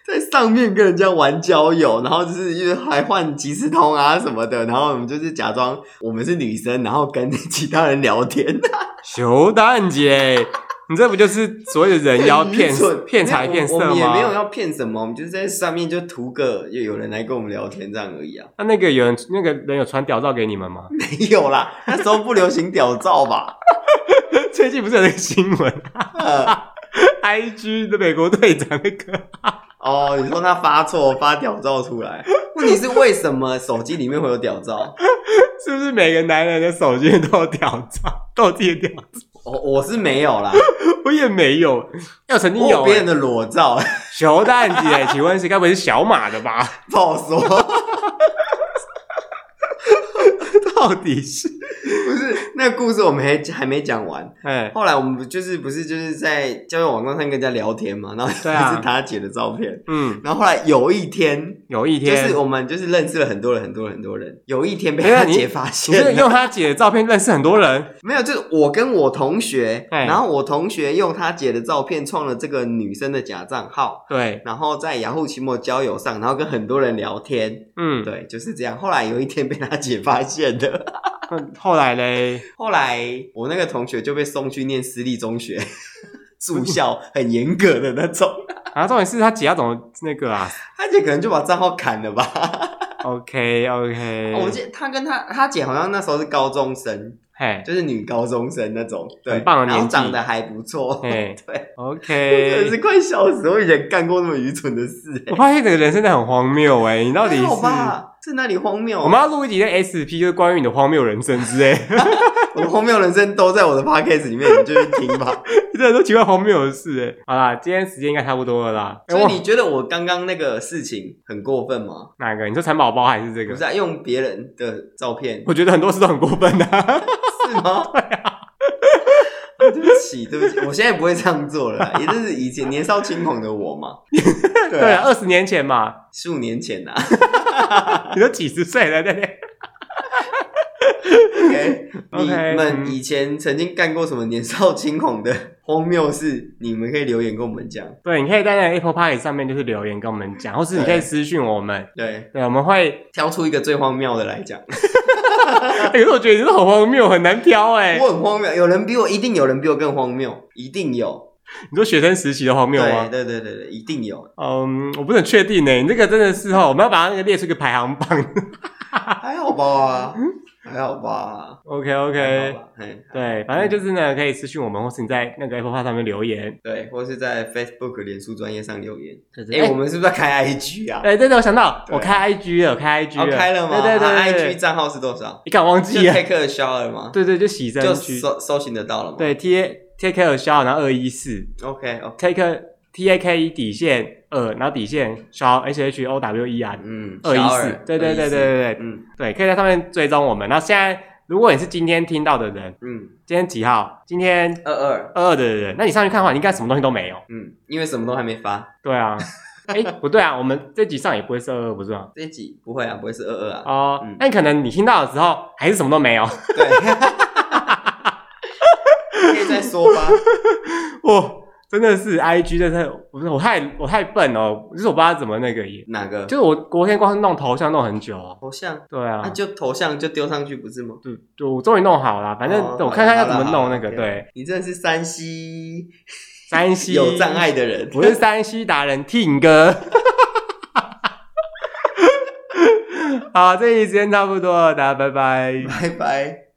Speaker 1: 在上面跟人家玩交友，然后就是因为还换即时通啊什么的，然后我们就是假装我们是女生，然后跟其他人聊天，
Speaker 2: 熊蛋姐，你这不就是所谓的 (laughs) 人妖骗
Speaker 1: 很愚蠢
Speaker 2: 骗
Speaker 1: 没
Speaker 2: 财
Speaker 1: 有
Speaker 2: 骗
Speaker 1: 我
Speaker 2: 色
Speaker 1: 们也没有
Speaker 2: 吗？
Speaker 1: 要骗什么，我们就是在上面就图个有有人来跟我们聊天这样而已啊，
Speaker 2: 那那个有人那个人有传屌照给你们吗？
Speaker 1: 没 (laughs) 有啦，那时候不流行屌照吧。
Speaker 2: (laughs) 最近不是有那个新闻
Speaker 1: 呃
Speaker 2: (laughs) ，IG 的美国队长那个， (laughs)
Speaker 1: 哦，你说他发错发屌照出来，问题是为什么手机里面会有屌照？
Speaker 2: 是不是每个男人的手机都有屌照， (laughs) 都有自己的屌？
Speaker 1: 我、哦我是没有啦，
Speaker 2: 我也没有，要曾经
Speaker 1: 我有
Speaker 2: 有、
Speaker 1: 别人
Speaker 2: 欸。
Speaker 1: 的裸照， (laughs)
Speaker 2: 熊蛋姐，请问是该不会是小马的吧？ (laughs)
Speaker 1: 不好说。
Speaker 2: 到底是？
Speaker 1: 不是那个故事我们还还没讲完，
Speaker 2: 哎，
Speaker 1: 后来我们不就是不是就是在交友网站上跟人家聊天嘛，然后
Speaker 2: 对啊
Speaker 1: 是他姐的照片。
Speaker 2: 嗯，
Speaker 1: 然后后来有一天，
Speaker 2: 有一
Speaker 1: 就
Speaker 2: 天，
Speaker 1: 是我们就是认识了很多人，很多人，很多人。有一天被
Speaker 2: 哎那
Speaker 1: 他
Speaker 2: 你
Speaker 1: 姐发
Speaker 2: 你是
Speaker 1: 现了，
Speaker 2: 用他姐的照片认识很多人，
Speaker 1: 没有，就是我跟我同学，
Speaker 2: 哎
Speaker 1: 然后我同学用他姐的照片创了这个女生的假账号，
Speaker 2: 对，
Speaker 1: 然后在雅虎奇摩交友上，然后跟很多人聊天，
Speaker 2: 嗯，
Speaker 1: 对，就是这样。后来有一天被他姐发现
Speaker 2: (laughs)
Speaker 1: 的，
Speaker 2: 那后来嘞，
Speaker 1: 后来我那个同学就被送去念私立中学， (laughs) 住校很严格的那种。
Speaker 2: 然后啊重点是他姐要怎么那个啊
Speaker 1: 他姐可能就把账号砍了吧。
Speaker 2: ？OK OK，
Speaker 1: 我记得他跟他他姐好像那时候是高中生，
Speaker 2: 嘿，
Speaker 1: 就是女高中生那种，对，
Speaker 2: 很棒的
Speaker 1: 然
Speaker 2: 年
Speaker 1: 后
Speaker 2: 纪
Speaker 1: 长得还不错，对，
Speaker 2: 嘿
Speaker 1: 真的是
Speaker 2: ，OK，
Speaker 1: 快笑死！我以前干过那么愚蠢的事、
Speaker 2: 我发现整个人真的很荒谬哎，你到底
Speaker 1: 还好
Speaker 2: 是？
Speaker 1: 吧？是哪里荒谬？
Speaker 2: 我们要录一集的 SP，就是关于你的荒谬人生之类，
Speaker 1: 我荒谬人生都在我的 podcast 里面，你就去听吧。
Speaker 2: 你 (laughs) 真的都奇怪荒谬的事哎。好啦，今天时间应该差不多了啦。 (laughs) 哎
Speaker 1: 所
Speaker 2: 我
Speaker 1: 以你觉得我刚刚那个事情很过分吗？
Speaker 2: 哪个？你说蚕宝宝还是这
Speaker 1: 不
Speaker 2: 个
Speaker 1: 是、？啊、用别人的照
Speaker 2: (laughs)
Speaker 1: 片
Speaker 2: 我觉得很多事都很过分的、啊。
Speaker 1: 是吗？对啊。对不起，对不起，我现在不会这样做了
Speaker 2: (laughs)
Speaker 1: 啦，也就是以前年少轻狂的我嘛。
Speaker 2: 对
Speaker 1: 对啊，
Speaker 2: 啊，二十年前嘛，
Speaker 1: 十五年前
Speaker 2: (laughs)
Speaker 1: 啊。
Speaker 2: 你都几十岁了，对不对？
Speaker 1: OK，你
Speaker 2: OK，
Speaker 1: 们
Speaker 2: 嗯
Speaker 1: 以前曾经干过什么年少轻狂的荒谬事？你们可以留言跟我们讲。
Speaker 2: 对，你可以在那个 Apple Park 上面就是留言跟我们讲，或是你可以
Speaker 1: 对
Speaker 2: 私讯我们，
Speaker 1: 对，
Speaker 2: 对，我们会。
Speaker 1: 挑出一个最荒谬的来讲。
Speaker 2: 哎可是我觉得你是很荒谬，很难挑哎、
Speaker 1: 我很荒谬，有人比我，一定有人比我更荒谬，一定有。
Speaker 2: 你说学生时期的荒谬
Speaker 1: 对
Speaker 2: 吗？
Speaker 1: 对对对对，一定有。
Speaker 2: 嗯，我不能 (laughs) 确定呢、你这个真的是哈，我们要把它那个列出一个排行榜。
Speaker 1: 还好吧？还好吧
Speaker 2: OK
Speaker 1: 还
Speaker 2: OK，
Speaker 1: 好吧嘿
Speaker 2: 对，反正就是呢，可以私信我们，或是你在那个 Apple Park 上面留言。
Speaker 1: 对，或是在 Facebook 脸书专业上留言。
Speaker 2: 就是
Speaker 1: 哎，我们是不是要开 IG 啊？
Speaker 2: 哎，对对，我想到，
Speaker 1: 对
Speaker 2: 我开 IG 了，我开 IG
Speaker 1: 哦，
Speaker 2: 了，
Speaker 1: 开了吗？
Speaker 2: 对对
Speaker 1: 啊
Speaker 2: 对对
Speaker 1: ，IG 账号是多少？
Speaker 2: 你敢忘
Speaker 1: 就
Speaker 2: 记啊？
Speaker 1: take a shower 吗？
Speaker 2: (laughs) 对对，就洗身
Speaker 1: 就
Speaker 2: 区，
Speaker 1: 搜搜寻得到了吗？
Speaker 2: 对 T A T K 消，然后二一四
Speaker 1: OK，OK，，OK 哦 OK，
Speaker 2: Take T A K 底线二，然后底线消 H H O W E R
Speaker 1: 嗯，
Speaker 2: 二一四
Speaker 1: shower，，
Speaker 2: 对对对对
Speaker 1: 214，
Speaker 2: 对对
Speaker 1: 嗯
Speaker 2: 对，可以在上面追踪我们。那现在如果你是今天听到的人，
Speaker 1: 嗯，
Speaker 2: 今天几号？今天
Speaker 1: 二二，
Speaker 2: 二二的人，那你上去看的话，你应该什么东西都没有。
Speaker 1: 嗯，因为什么都还没发，
Speaker 2: 对啊，哎，不对啊，我们这集上也不会是二二，不是吗？
Speaker 1: 这一集不会啊，不会是二二啊，
Speaker 2: 哦
Speaker 1: 嗯，
Speaker 2: 那你可能你听到的时候还是什么都没有。
Speaker 1: 对，可以再说吧，
Speaker 2: 哦，真的是 I G 真的是，不是我太我太笨哦，就是我不知道怎么那个耶，
Speaker 1: 哪个
Speaker 2: 就是我昨天光是弄头像弄很久哦。
Speaker 1: 头像？
Speaker 2: 对啊
Speaker 1: 那，就头像就丢上去不是吗？
Speaker 2: 就就我终于弄好了，反正
Speaker 1: 哦
Speaker 2: 我看看要
Speaker 1: 好
Speaker 2: 怎
Speaker 1: 啦
Speaker 2: 么弄
Speaker 1: 好
Speaker 2: 那
Speaker 1: 啦
Speaker 2: 个。
Speaker 1: 好啦
Speaker 2: 对，
Speaker 1: 你真的是山西
Speaker 2: 山西
Speaker 1: 有障，碍的人，
Speaker 2: 我是山西达人 Ting (laughs) 哥。好，这一集时间差不多了，大家拜拜。
Speaker 1: 拜拜。